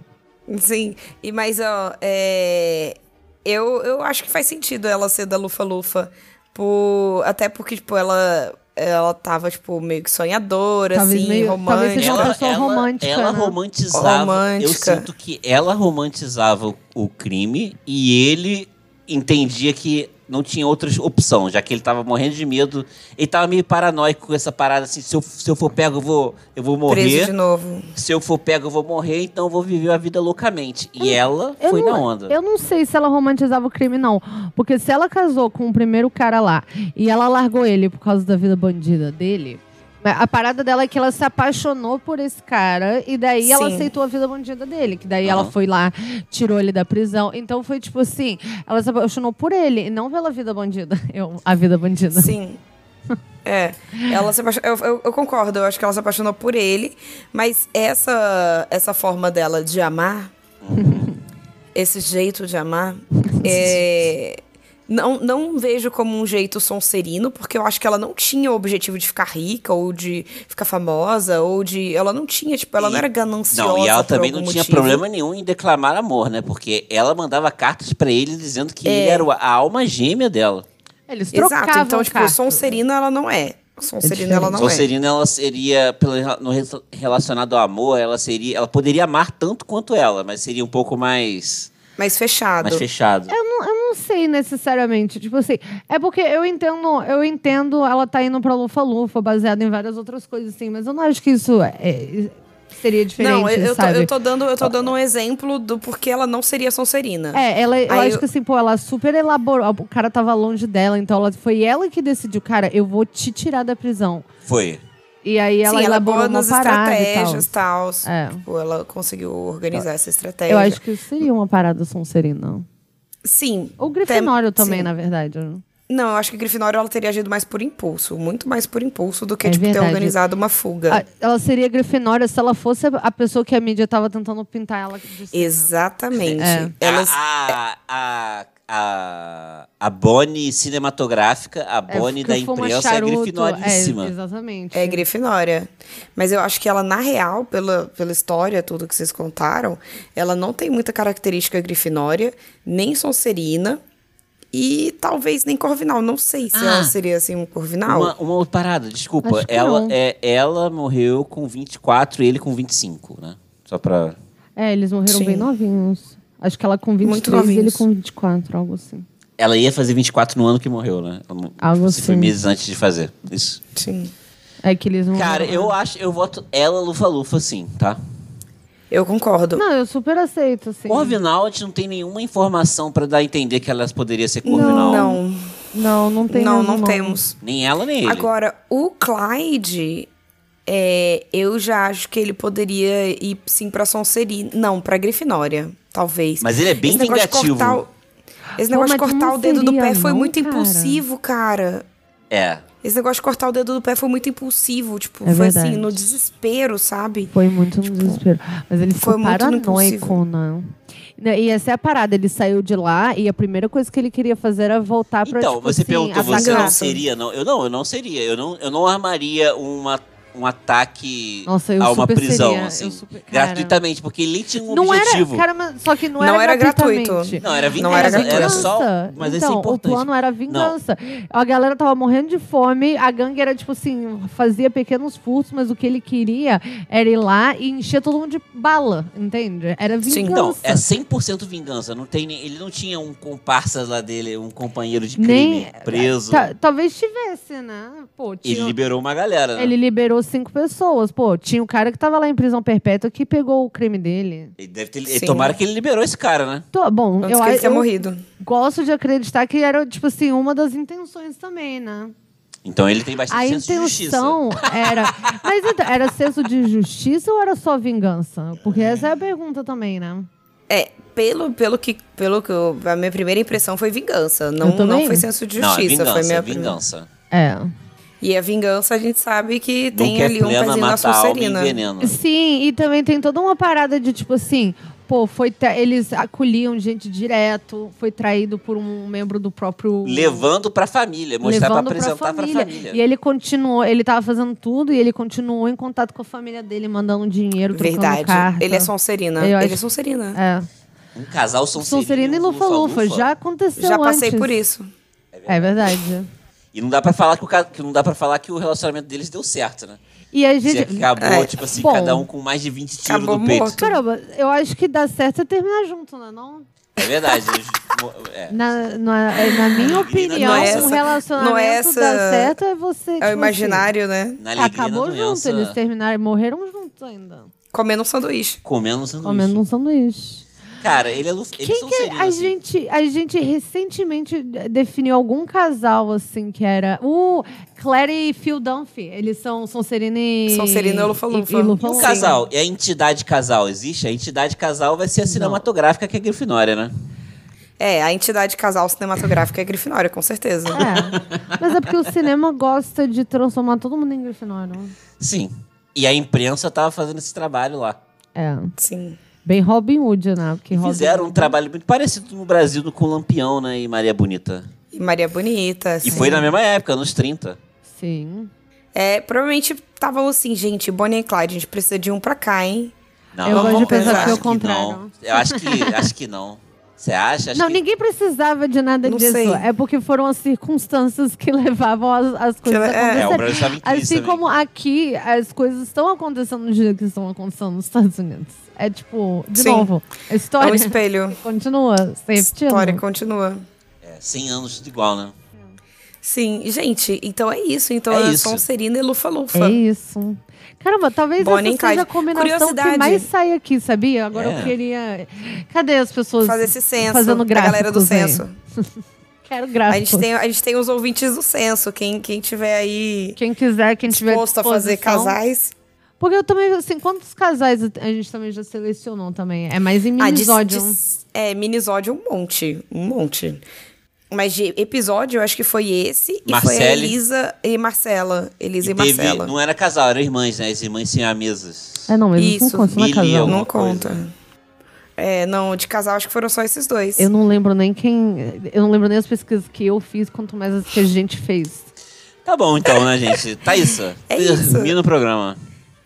Speaker 2: Sim, e mas ó, é, eu, eu acho que faz sentido ela ser da Lufa Lufa, por, até porque tipo ela ela tava tipo meio que sonhadora,
Speaker 1: Talvez
Speaker 2: assim,
Speaker 1: meio- talvez seja
Speaker 2: romântica.
Speaker 1: uma pessoa romântica,
Speaker 3: Ela
Speaker 1: né?
Speaker 3: romantizava. Eu
Speaker 2: Romântica.
Speaker 3: sinto que ela romantizava o, o crime e ele entendia que não tinha outra opção, já que ele tava morrendo de medo. Ele tava meio paranoico com essa parada assim: se eu, se eu for pego, eu vou, eu vou
Speaker 2: Preso
Speaker 3: morrer.
Speaker 2: de novo.
Speaker 3: se eu for pego, eu vou morrer, então eu vou viver a vida loucamente. E ela
Speaker 1: eu
Speaker 3: foi
Speaker 1: não,
Speaker 3: na onda.
Speaker 1: eu não sei se ela romantizava o crime, não. Porque se ela casou com o primeiro cara lá e ela largou ele por causa da vida bandida dele. A parada dela é que ela se apaixonou por esse cara e daí ela
Speaker 2: Sim.
Speaker 1: aceitou a vida bandida dele. Que daí
Speaker 3: Aham.
Speaker 1: ela foi lá, tirou ele da prisão. Então foi tipo assim, ela se apaixonou por ele e não pela vida bandida. Eu, a vida bandida.
Speaker 2: Sim. É, ela se apaixonou, eu, eu, eu concordo, eu acho que ela se apaixonou por ele, mas essa essa forma dela de amar,
Speaker 3: Uhum.
Speaker 2: esse jeito de amar, é, não, não vejo como um jeito sonserino, porque eu acho que ela não tinha o objetivo de ficar rica ou de ficar famosa ou de, ela não tinha, tipo, ela
Speaker 3: E-
Speaker 2: não era gananciosa.
Speaker 3: Não, e ela
Speaker 2: por
Speaker 3: também
Speaker 2: algum
Speaker 3: não tinha
Speaker 2: motivo.
Speaker 3: problema nenhum em declamar amor, né? Porque ela mandava cartas pra ele dizendo que
Speaker 1: É.
Speaker 3: ele era o- a alma gêmea dela.
Speaker 1: Eles trocavam
Speaker 2: Exato, então, tipo,
Speaker 1: cartas.
Speaker 2: Sonserina ela não é. Sonserina ela não é.
Speaker 3: Sonserina, ela seria, pelo, no re- relacionado ao amor, ela seria. Ela poderia amar tanto quanto ela, mas seria um pouco mais,
Speaker 2: Mas fechado. É
Speaker 3: mais fechado.
Speaker 1: Eu não, eu não sei necessariamente. Tipo assim, é porque eu entendo, eu entendo ela tá indo pra Lufa-Lufa, baseado em várias outras coisas, assim, mas eu não acho que isso é- seria diferente.
Speaker 2: não, eu, eu tô,
Speaker 1: sabe?
Speaker 2: eu tô dando, eu tô dando um exemplo do porquê ela não seria Sonserina.
Speaker 1: É, ela, eu
Speaker 2: Aí
Speaker 1: acho
Speaker 2: eu-
Speaker 1: que assim, pô, ela super elaborou. O cara tava longe dela, então ela, foi ela que decidiu, cara, eu vou te tirar da prisão.
Speaker 2: um
Speaker 3: Foi.
Speaker 1: E aí ela
Speaker 2: Sim, ela é
Speaker 1: elaborou
Speaker 2: boa
Speaker 1: uma
Speaker 2: nas
Speaker 1: parada e tal.
Speaker 2: estratégias e tal.
Speaker 1: É.
Speaker 2: Tipo, ela conseguiu organizar essa estratégia.
Speaker 1: Eu acho que isso seria uma parada Sonserina.
Speaker 2: Sim.
Speaker 1: Ou Grifinório
Speaker 2: Tem-
Speaker 1: também,
Speaker 2: sim.
Speaker 1: na verdade. né?
Speaker 2: Não, eu acho que Grifinório ela teria agido mais por impulso. Muito mais por impulso do que
Speaker 1: É
Speaker 2: tipo,
Speaker 1: verdade.
Speaker 2: ter organizado uma fuga.
Speaker 1: A- Ah, Ela seria Grifinória se ela fosse a pessoa que a mídia tava tentando pintar ela. de ser, né?
Speaker 2: Exatamente.
Speaker 1: É.
Speaker 3: Ah,
Speaker 2: Elas...
Speaker 3: A, a, a, a, a Bonnie cinematográfica, a
Speaker 1: É,
Speaker 3: Bonnie
Speaker 1: que
Speaker 3: da
Speaker 1: fuma
Speaker 3: imprensa é
Speaker 1: charuto,
Speaker 3: grifinoríssima.
Speaker 1: É, exatamente.
Speaker 2: É Grifinória. Mas eu acho que ela, na real, pela, pela história, tudo que vocês contaram, ela não tem muita característica Grifinória, nem Sonserina, e talvez nem Corvinal. Não sei se
Speaker 3: Ah.
Speaker 2: ela seria assim um Corvinal.
Speaker 3: Uma, uma outra parada, desculpa.
Speaker 1: Acho que
Speaker 3: Ela,
Speaker 1: não.
Speaker 3: é, ela morreu com 24 e ele com 25, né? Só pra.
Speaker 1: É, eles morreram
Speaker 2: Sim.
Speaker 1: bem novinhos. Acho que ela com
Speaker 2: Muito
Speaker 1: 23 e ele
Speaker 2: novinhos.
Speaker 1: com 24, algo assim.
Speaker 3: Ela ia fazer 24 no ano que morreu, né? Ela mo-
Speaker 1: Algo
Speaker 3: se foi
Speaker 1: assim.
Speaker 3: meses antes de fazer. Isso.
Speaker 2: Sim.
Speaker 1: É que eles não.
Speaker 3: Cara, eu acho, eu voto ela lufa-lufa sim, tá?
Speaker 2: Eu concordo.
Speaker 1: Não, eu super aceito, assim.
Speaker 3: Corvinal, a gente não tem nenhuma informação pra dar a entender que ela poderia ser Corvinal.
Speaker 2: Não, não,
Speaker 1: Não, não tem.
Speaker 2: não,
Speaker 1: mesmo,
Speaker 2: não temos.
Speaker 3: Nem ela, nem ele.
Speaker 2: Agora, o Clyde, é, eu já acho que ele poderia ir sim pra Sonserina. Não, pra Grifinória, talvez.
Speaker 3: Mas ele é bem
Speaker 2: Esse negócio de
Speaker 3: vingativo.
Speaker 2: cortar o- Esse
Speaker 1: Pô,
Speaker 2: negócio
Speaker 1: mas
Speaker 2: de cortar
Speaker 1: não
Speaker 2: o dedo do
Speaker 1: seria
Speaker 2: pé foi
Speaker 1: não,
Speaker 2: muito
Speaker 1: cara.
Speaker 2: impulsivo, cara.
Speaker 3: É.
Speaker 2: Esse negócio de cortar o dedo do pé foi muito impulsivo. Tipo,
Speaker 1: É
Speaker 2: foi
Speaker 1: verdade.
Speaker 2: assim, no desespero, sabe?
Speaker 1: Foi muito no desespero. Mas ele ficou
Speaker 2: foi muito no
Speaker 1: paranoico,
Speaker 2: impossível.
Speaker 1: né? Né, E essa é a parada. Ele saiu de lá e a primeira coisa que ele queria fazer era voltar pra
Speaker 3: Então,
Speaker 1: tipo,
Speaker 3: você
Speaker 1: assim,
Speaker 3: perguntou,
Speaker 1: atacar.
Speaker 3: você não
Speaker 2: Vingança.
Speaker 3: seria? Não, eu não, eu não seria. Eu não, eu não armaria uma, um ataque
Speaker 1: Nossa, eu
Speaker 3: a uma
Speaker 1: super
Speaker 3: prisão,
Speaker 1: seria,
Speaker 3: assim.
Speaker 1: eu super- cara.
Speaker 3: gratuitamente, porque ele tinha um
Speaker 1: Não
Speaker 3: objetivo.
Speaker 1: era, cara, mas- só que não,
Speaker 2: Não era gratuito.
Speaker 1: gratuitamente.
Speaker 3: Não, era vingança.
Speaker 2: Não era
Speaker 3: era,
Speaker 2: gratuito.
Speaker 3: só.
Speaker 1: vingança.
Speaker 3: Mas
Speaker 1: então,
Speaker 3: isso é importante.
Speaker 1: O plano era vingança. A galera tava morrendo de fome, a gangue era tipo assim, fazia pequenos furtos, mas o que ele queria era ir lá e encher todo mundo de bala, entende? Era vingança.
Speaker 2: Sim,
Speaker 3: Então, é 100% vingança. Não tem, nem- ele não tinha um comparsa lá dele, um companheiro de crime
Speaker 1: Nem-
Speaker 3: preso.
Speaker 1: Ta- talvez tivesse, né? Pô, tinha-
Speaker 3: Ele liberou uma galera, né?
Speaker 1: ele liberou cinco pessoas. Pô, tinha um cara que tava lá em prisão perpétua que pegou o crime dele.
Speaker 3: Ele deve ter, ele-
Speaker 2: Sim.
Speaker 3: tomara que ele liberou esse cara, né?
Speaker 1: Tô- bom,
Speaker 2: Antes
Speaker 1: eu,
Speaker 2: que ele
Speaker 1: acho
Speaker 2: tenha morrido.
Speaker 1: gosto de acreditar que era, tipo assim, uma das intenções também, né?
Speaker 3: Então ele tem bastante
Speaker 1: A
Speaker 3: senso de justiça.
Speaker 1: intenção era. Mas então, era senso de justiça ou era só vingança? Porque essa é a pergunta também, né?
Speaker 2: É, pelo, pelo que. Pelo que eu- a minha primeira impressão foi vingança. Não, não
Speaker 1: também.
Speaker 2: foi senso de
Speaker 3: não, é
Speaker 2: justiça.
Speaker 3: vingança,
Speaker 2: foi minha
Speaker 3: é vingança.
Speaker 1: É.
Speaker 2: E a vingança a gente sabe que
Speaker 3: não
Speaker 2: tem
Speaker 3: quer
Speaker 2: ali um
Speaker 3: plena,
Speaker 2: pezinho na
Speaker 3: mata a alma e
Speaker 2: Sonserina.
Speaker 3: envenena.
Speaker 1: Sim, e também tem toda uma parada de tipo assim. Pô, foi tra- eles acolhiam gente direto, foi traído por um membro do próprio.
Speaker 3: Levando pra família, mostrar pra
Speaker 1: levando
Speaker 3: apresentar pra família.
Speaker 1: E ele continuou, ele tava fazendo tudo e ele continuou em contato com a família dele, mandando dinheiro, trocando
Speaker 2: Verdade.
Speaker 1: carta.
Speaker 2: Ele é Sonserina.
Speaker 1: Eu
Speaker 2: Ele
Speaker 1: acho-
Speaker 2: é Sonserina.
Speaker 1: É.
Speaker 3: Um casal um Sonserina,
Speaker 1: Sonserina e Lufa-Lufa, já aconteceu
Speaker 2: um Já passei
Speaker 1: antes.
Speaker 2: por isso.
Speaker 1: É verdade.
Speaker 3: E não dá pra falar que o ca- que não dá para falar que o relacionamento deles deu certo, né?
Speaker 1: E a
Speaker 3: Se é
Speaker 1: gente.
Speaker 3: que acabou,
Speaker 2: É.
Speaker 3: tipo assim,
Speaker 1: Bom.
Speaker 3: cada um com mais de 20 tiros
Speaker 2: Acabou
Speaker 3: no peito.
Speaker 2: morto.
Speaker 1: Caramba, eu acho que dá certo é terminar junto, né? Não,
Speaker 3: É verdade. eles mo- é.
Speaker 1: na, na, é, na minha opinião,
Speaker 2: Não é essa-
Speaker 1: um
Speaker 2: não é
Speaker 1: relacionamento
Speaker 2: essa-
Speaker 1: dá certo é você. tipo
Speaker 2: É o
Speaker 1: assim,
Speaker 2: imaginário, né?
Speaker 3: Na alegria,
Speaker 1: acabou
Speaker 3: na
Speaker 1: junto,
Speaker 3: doença,
Speaker 1: eles terminaram, morreram juntos ainda.
Speaker 2: Comendo um sanduíche.
Speaker 3: comendo um sanduíche.
Speaker 1: Comendo um sanduíche.
Speaker 3: Cara, ele é Lufa, eles
Speaker 1: Quem
Speaker 3: são
Speaker 1: que
Speaker 3: serinos,
Speaker 1: a
Speaker 3: assim.
Speaker 1: gente a gente recentemente de- definiu algum casal assim que era o Clary e Phil Dunphy. Eles são Sonserina e
Speaker 2: Sonserina e Lufa-Lufa.
Speaker 1: e- e
Speaker 3: E o
Speaker 2: Sim.
Speaker 3: um casal, e a entidade casal existe? A entidade casal vai ser a cinematográfica que é a Grifinória, né?
Speaker 2: É, a entidade casal cinematográfica é Grifinória, com certeza.
Speaker 1: É. Mas é porque o cinema gosta de transformar todo mundo em Grifinória. né?
Speaker 3: Sim. E a imprensa tava fazendo esse trabalho lá.
Speaker 1: É.
Speaker 2: Sim.
Speaker 1: Bem Robin Hood, né? Porque Robin
Speaker 3: Fizeram um
Speaker 1: Hood-
Speaker 3: trabalho muito parecido no Brasil com Lampião, né? E Maria Bonita.
Speaker 2: E Maria Bonita.
Speaker 3: E foi na mesma época, anos 30.
Speaker 1: Sim.
Speaker 2: É, provavelmente estavam assim, gente, Bonnie e Clyde, a gente precisa de um pra cá, hein?
Speaker 3: Não,
Speaker 1: Eu
Speaker 3: não,
Speaker 2: gosto de pensar
Speaker 3: acho
Speaker 2: que é o
Speaker 1: contrário.
Speaker 3: não. Eu acho que, acho que não. Você acha? Acho
Speaker 1: não,
Speaker 3: que-
Speaker 1: ninguém precisava de nada
Speaker 2: Não
Speaker 1: disso.
Speaker 2: sei.
Speaker 1: É porque foram as circunstâncias que levavam as, as coisas a
Speaker 2: é,
Speaker 1: acontecer.
Speaker 3: É, o Brasil estava em crise
Speaker 1: Assim
Speaker 3: também.
Speaker 1: como aqui, as coisas estão acontecendo no dia que estão acontecendo nos Estados Unidos. É tipo, de
Speaker 2: Sim.
Speaker 1: novo, a
Speaker 2: É um
Speaker 1: história
Speaker 2: espelho.
Speaker 1: continua né? se repetindo.
Speaker 2: História continua.
Speaker 3: É, 100 anos tudo igual, né?
Speaker 2: Sim, gente, então é isso. Então
Speaker 3: É
Speaker 2: é,
Speaker 3: isso.
Speaker 2: Sonserina e Lufa-Lufa.
Speaker 1: É isso. Caramba, talvez essa
Speaker 2: Bonnie
Speaker 1: seja
Speaker 2: encaixa.
Speaker 1: a combinação que
Speaker 2: Curiosidade.
Speaker 1: mais sai aqui, sabia? Agora
Speaker 3: É.
Speaker 1: eu queria. Cadê as pessoas
Speaker 2: Fazer esse censo.
Speaker 1: fazendo
Speaker 2: da
Speaker 1: gráficos? né?
Speaker 2: galera do
Speaker 1: aí?
Speaker 2: censo.
Speaker 1: Quero
Speaker 2: A
Speaker 1: gráficos.
Speaker 2: gente, tem, a gente tem os ouvintes do censo. Quem, quem tiver aí
Speaker 1: Quem quiser, quem tiver
Speaker 2: disposto a fazer
Speaker 1: disposição.
Speaker 2: casais.
Speaker 1: Porque eu também, assim, quantos casais a gente também já selecionou também? É mais em
Speaker 2: Ah, de-
Speaker 1: minisódio.
Speaker 2: de- é, minisódio um monte. Um monte. Mas de episódio, eu acho que foi esse. E foi a
Speaker 3: Marcele.
Speaker 2: Elisa e Marcela. Elisa e,
Speaker 3: teve-
Speaker 2: Marcela.
Speaker 3: não era casal, eram irmãs, né? As irmãs sem mesas.
Speaker 1: É, não, mas isso,
Speaker 2: Isso,
Speaker 1: não conta, não é
Speaker 3: Millie,
Speaker 1: casal.
Speaker 3: alguma
Speaker 2: Não conta.
Speaker 3: coisa.
Speaker 2: É, não, de casal acho que foram só esses dois.
Speaker 1: Eu não lembro nem quem. Eu não lembro nem as pesquisas que eu fiz, quanto mais as que a gente fez.
Speaker 3: Tá bom então, né, gente? Thaísa,
Speaker 2: É isso.
Speaker 3: termina o programa.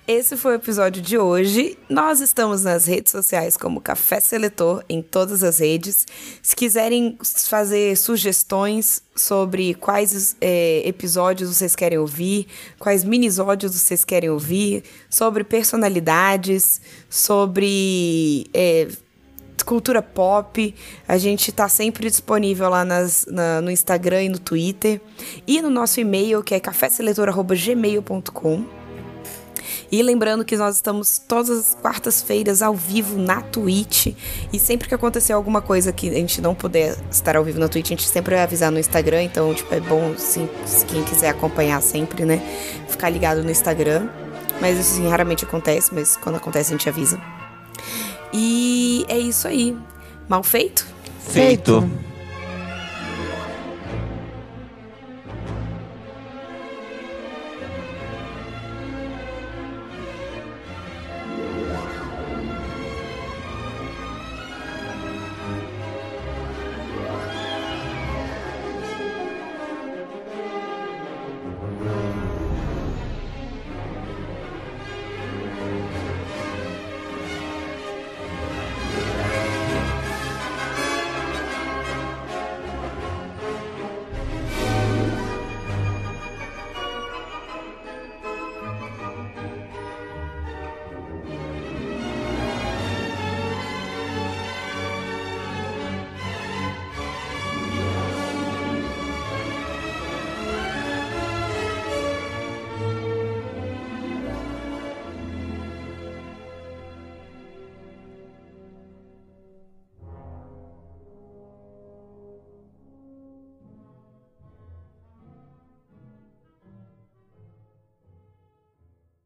Speaker 2: Esse foi o episódio de hoje. Nós estamos nas redes sociais como Café Seletor, em todas as redes. Se quiserem fazer sugestões sobre quais eh, episódios vocês querem ouvir, quais minisódios vocês querem ouvir, sobre personalidades, sobre eh, cultura pop. A gente tá sempre disponível lá nas- na- no Instagram e no Twitter. E no nosso e-mail, que é caféseletor.gmail.com. E lembrando que nós estamos todas as quartas-feiras ao vivo na Twitch. E sempre que acontecer alguma coisa que a gente não puder estar ao vivo na Twitch, a gente sempre vai avisar no Instagram. Então, tipo, é bom se, se quem quiser acompanhar sempre, né? Ficar ligado no Instagram. Mas isso assim, raramente acontece, mas quando acontece a gente avisa. E é isso aí. Mal feito?
Speaker 3: Feito.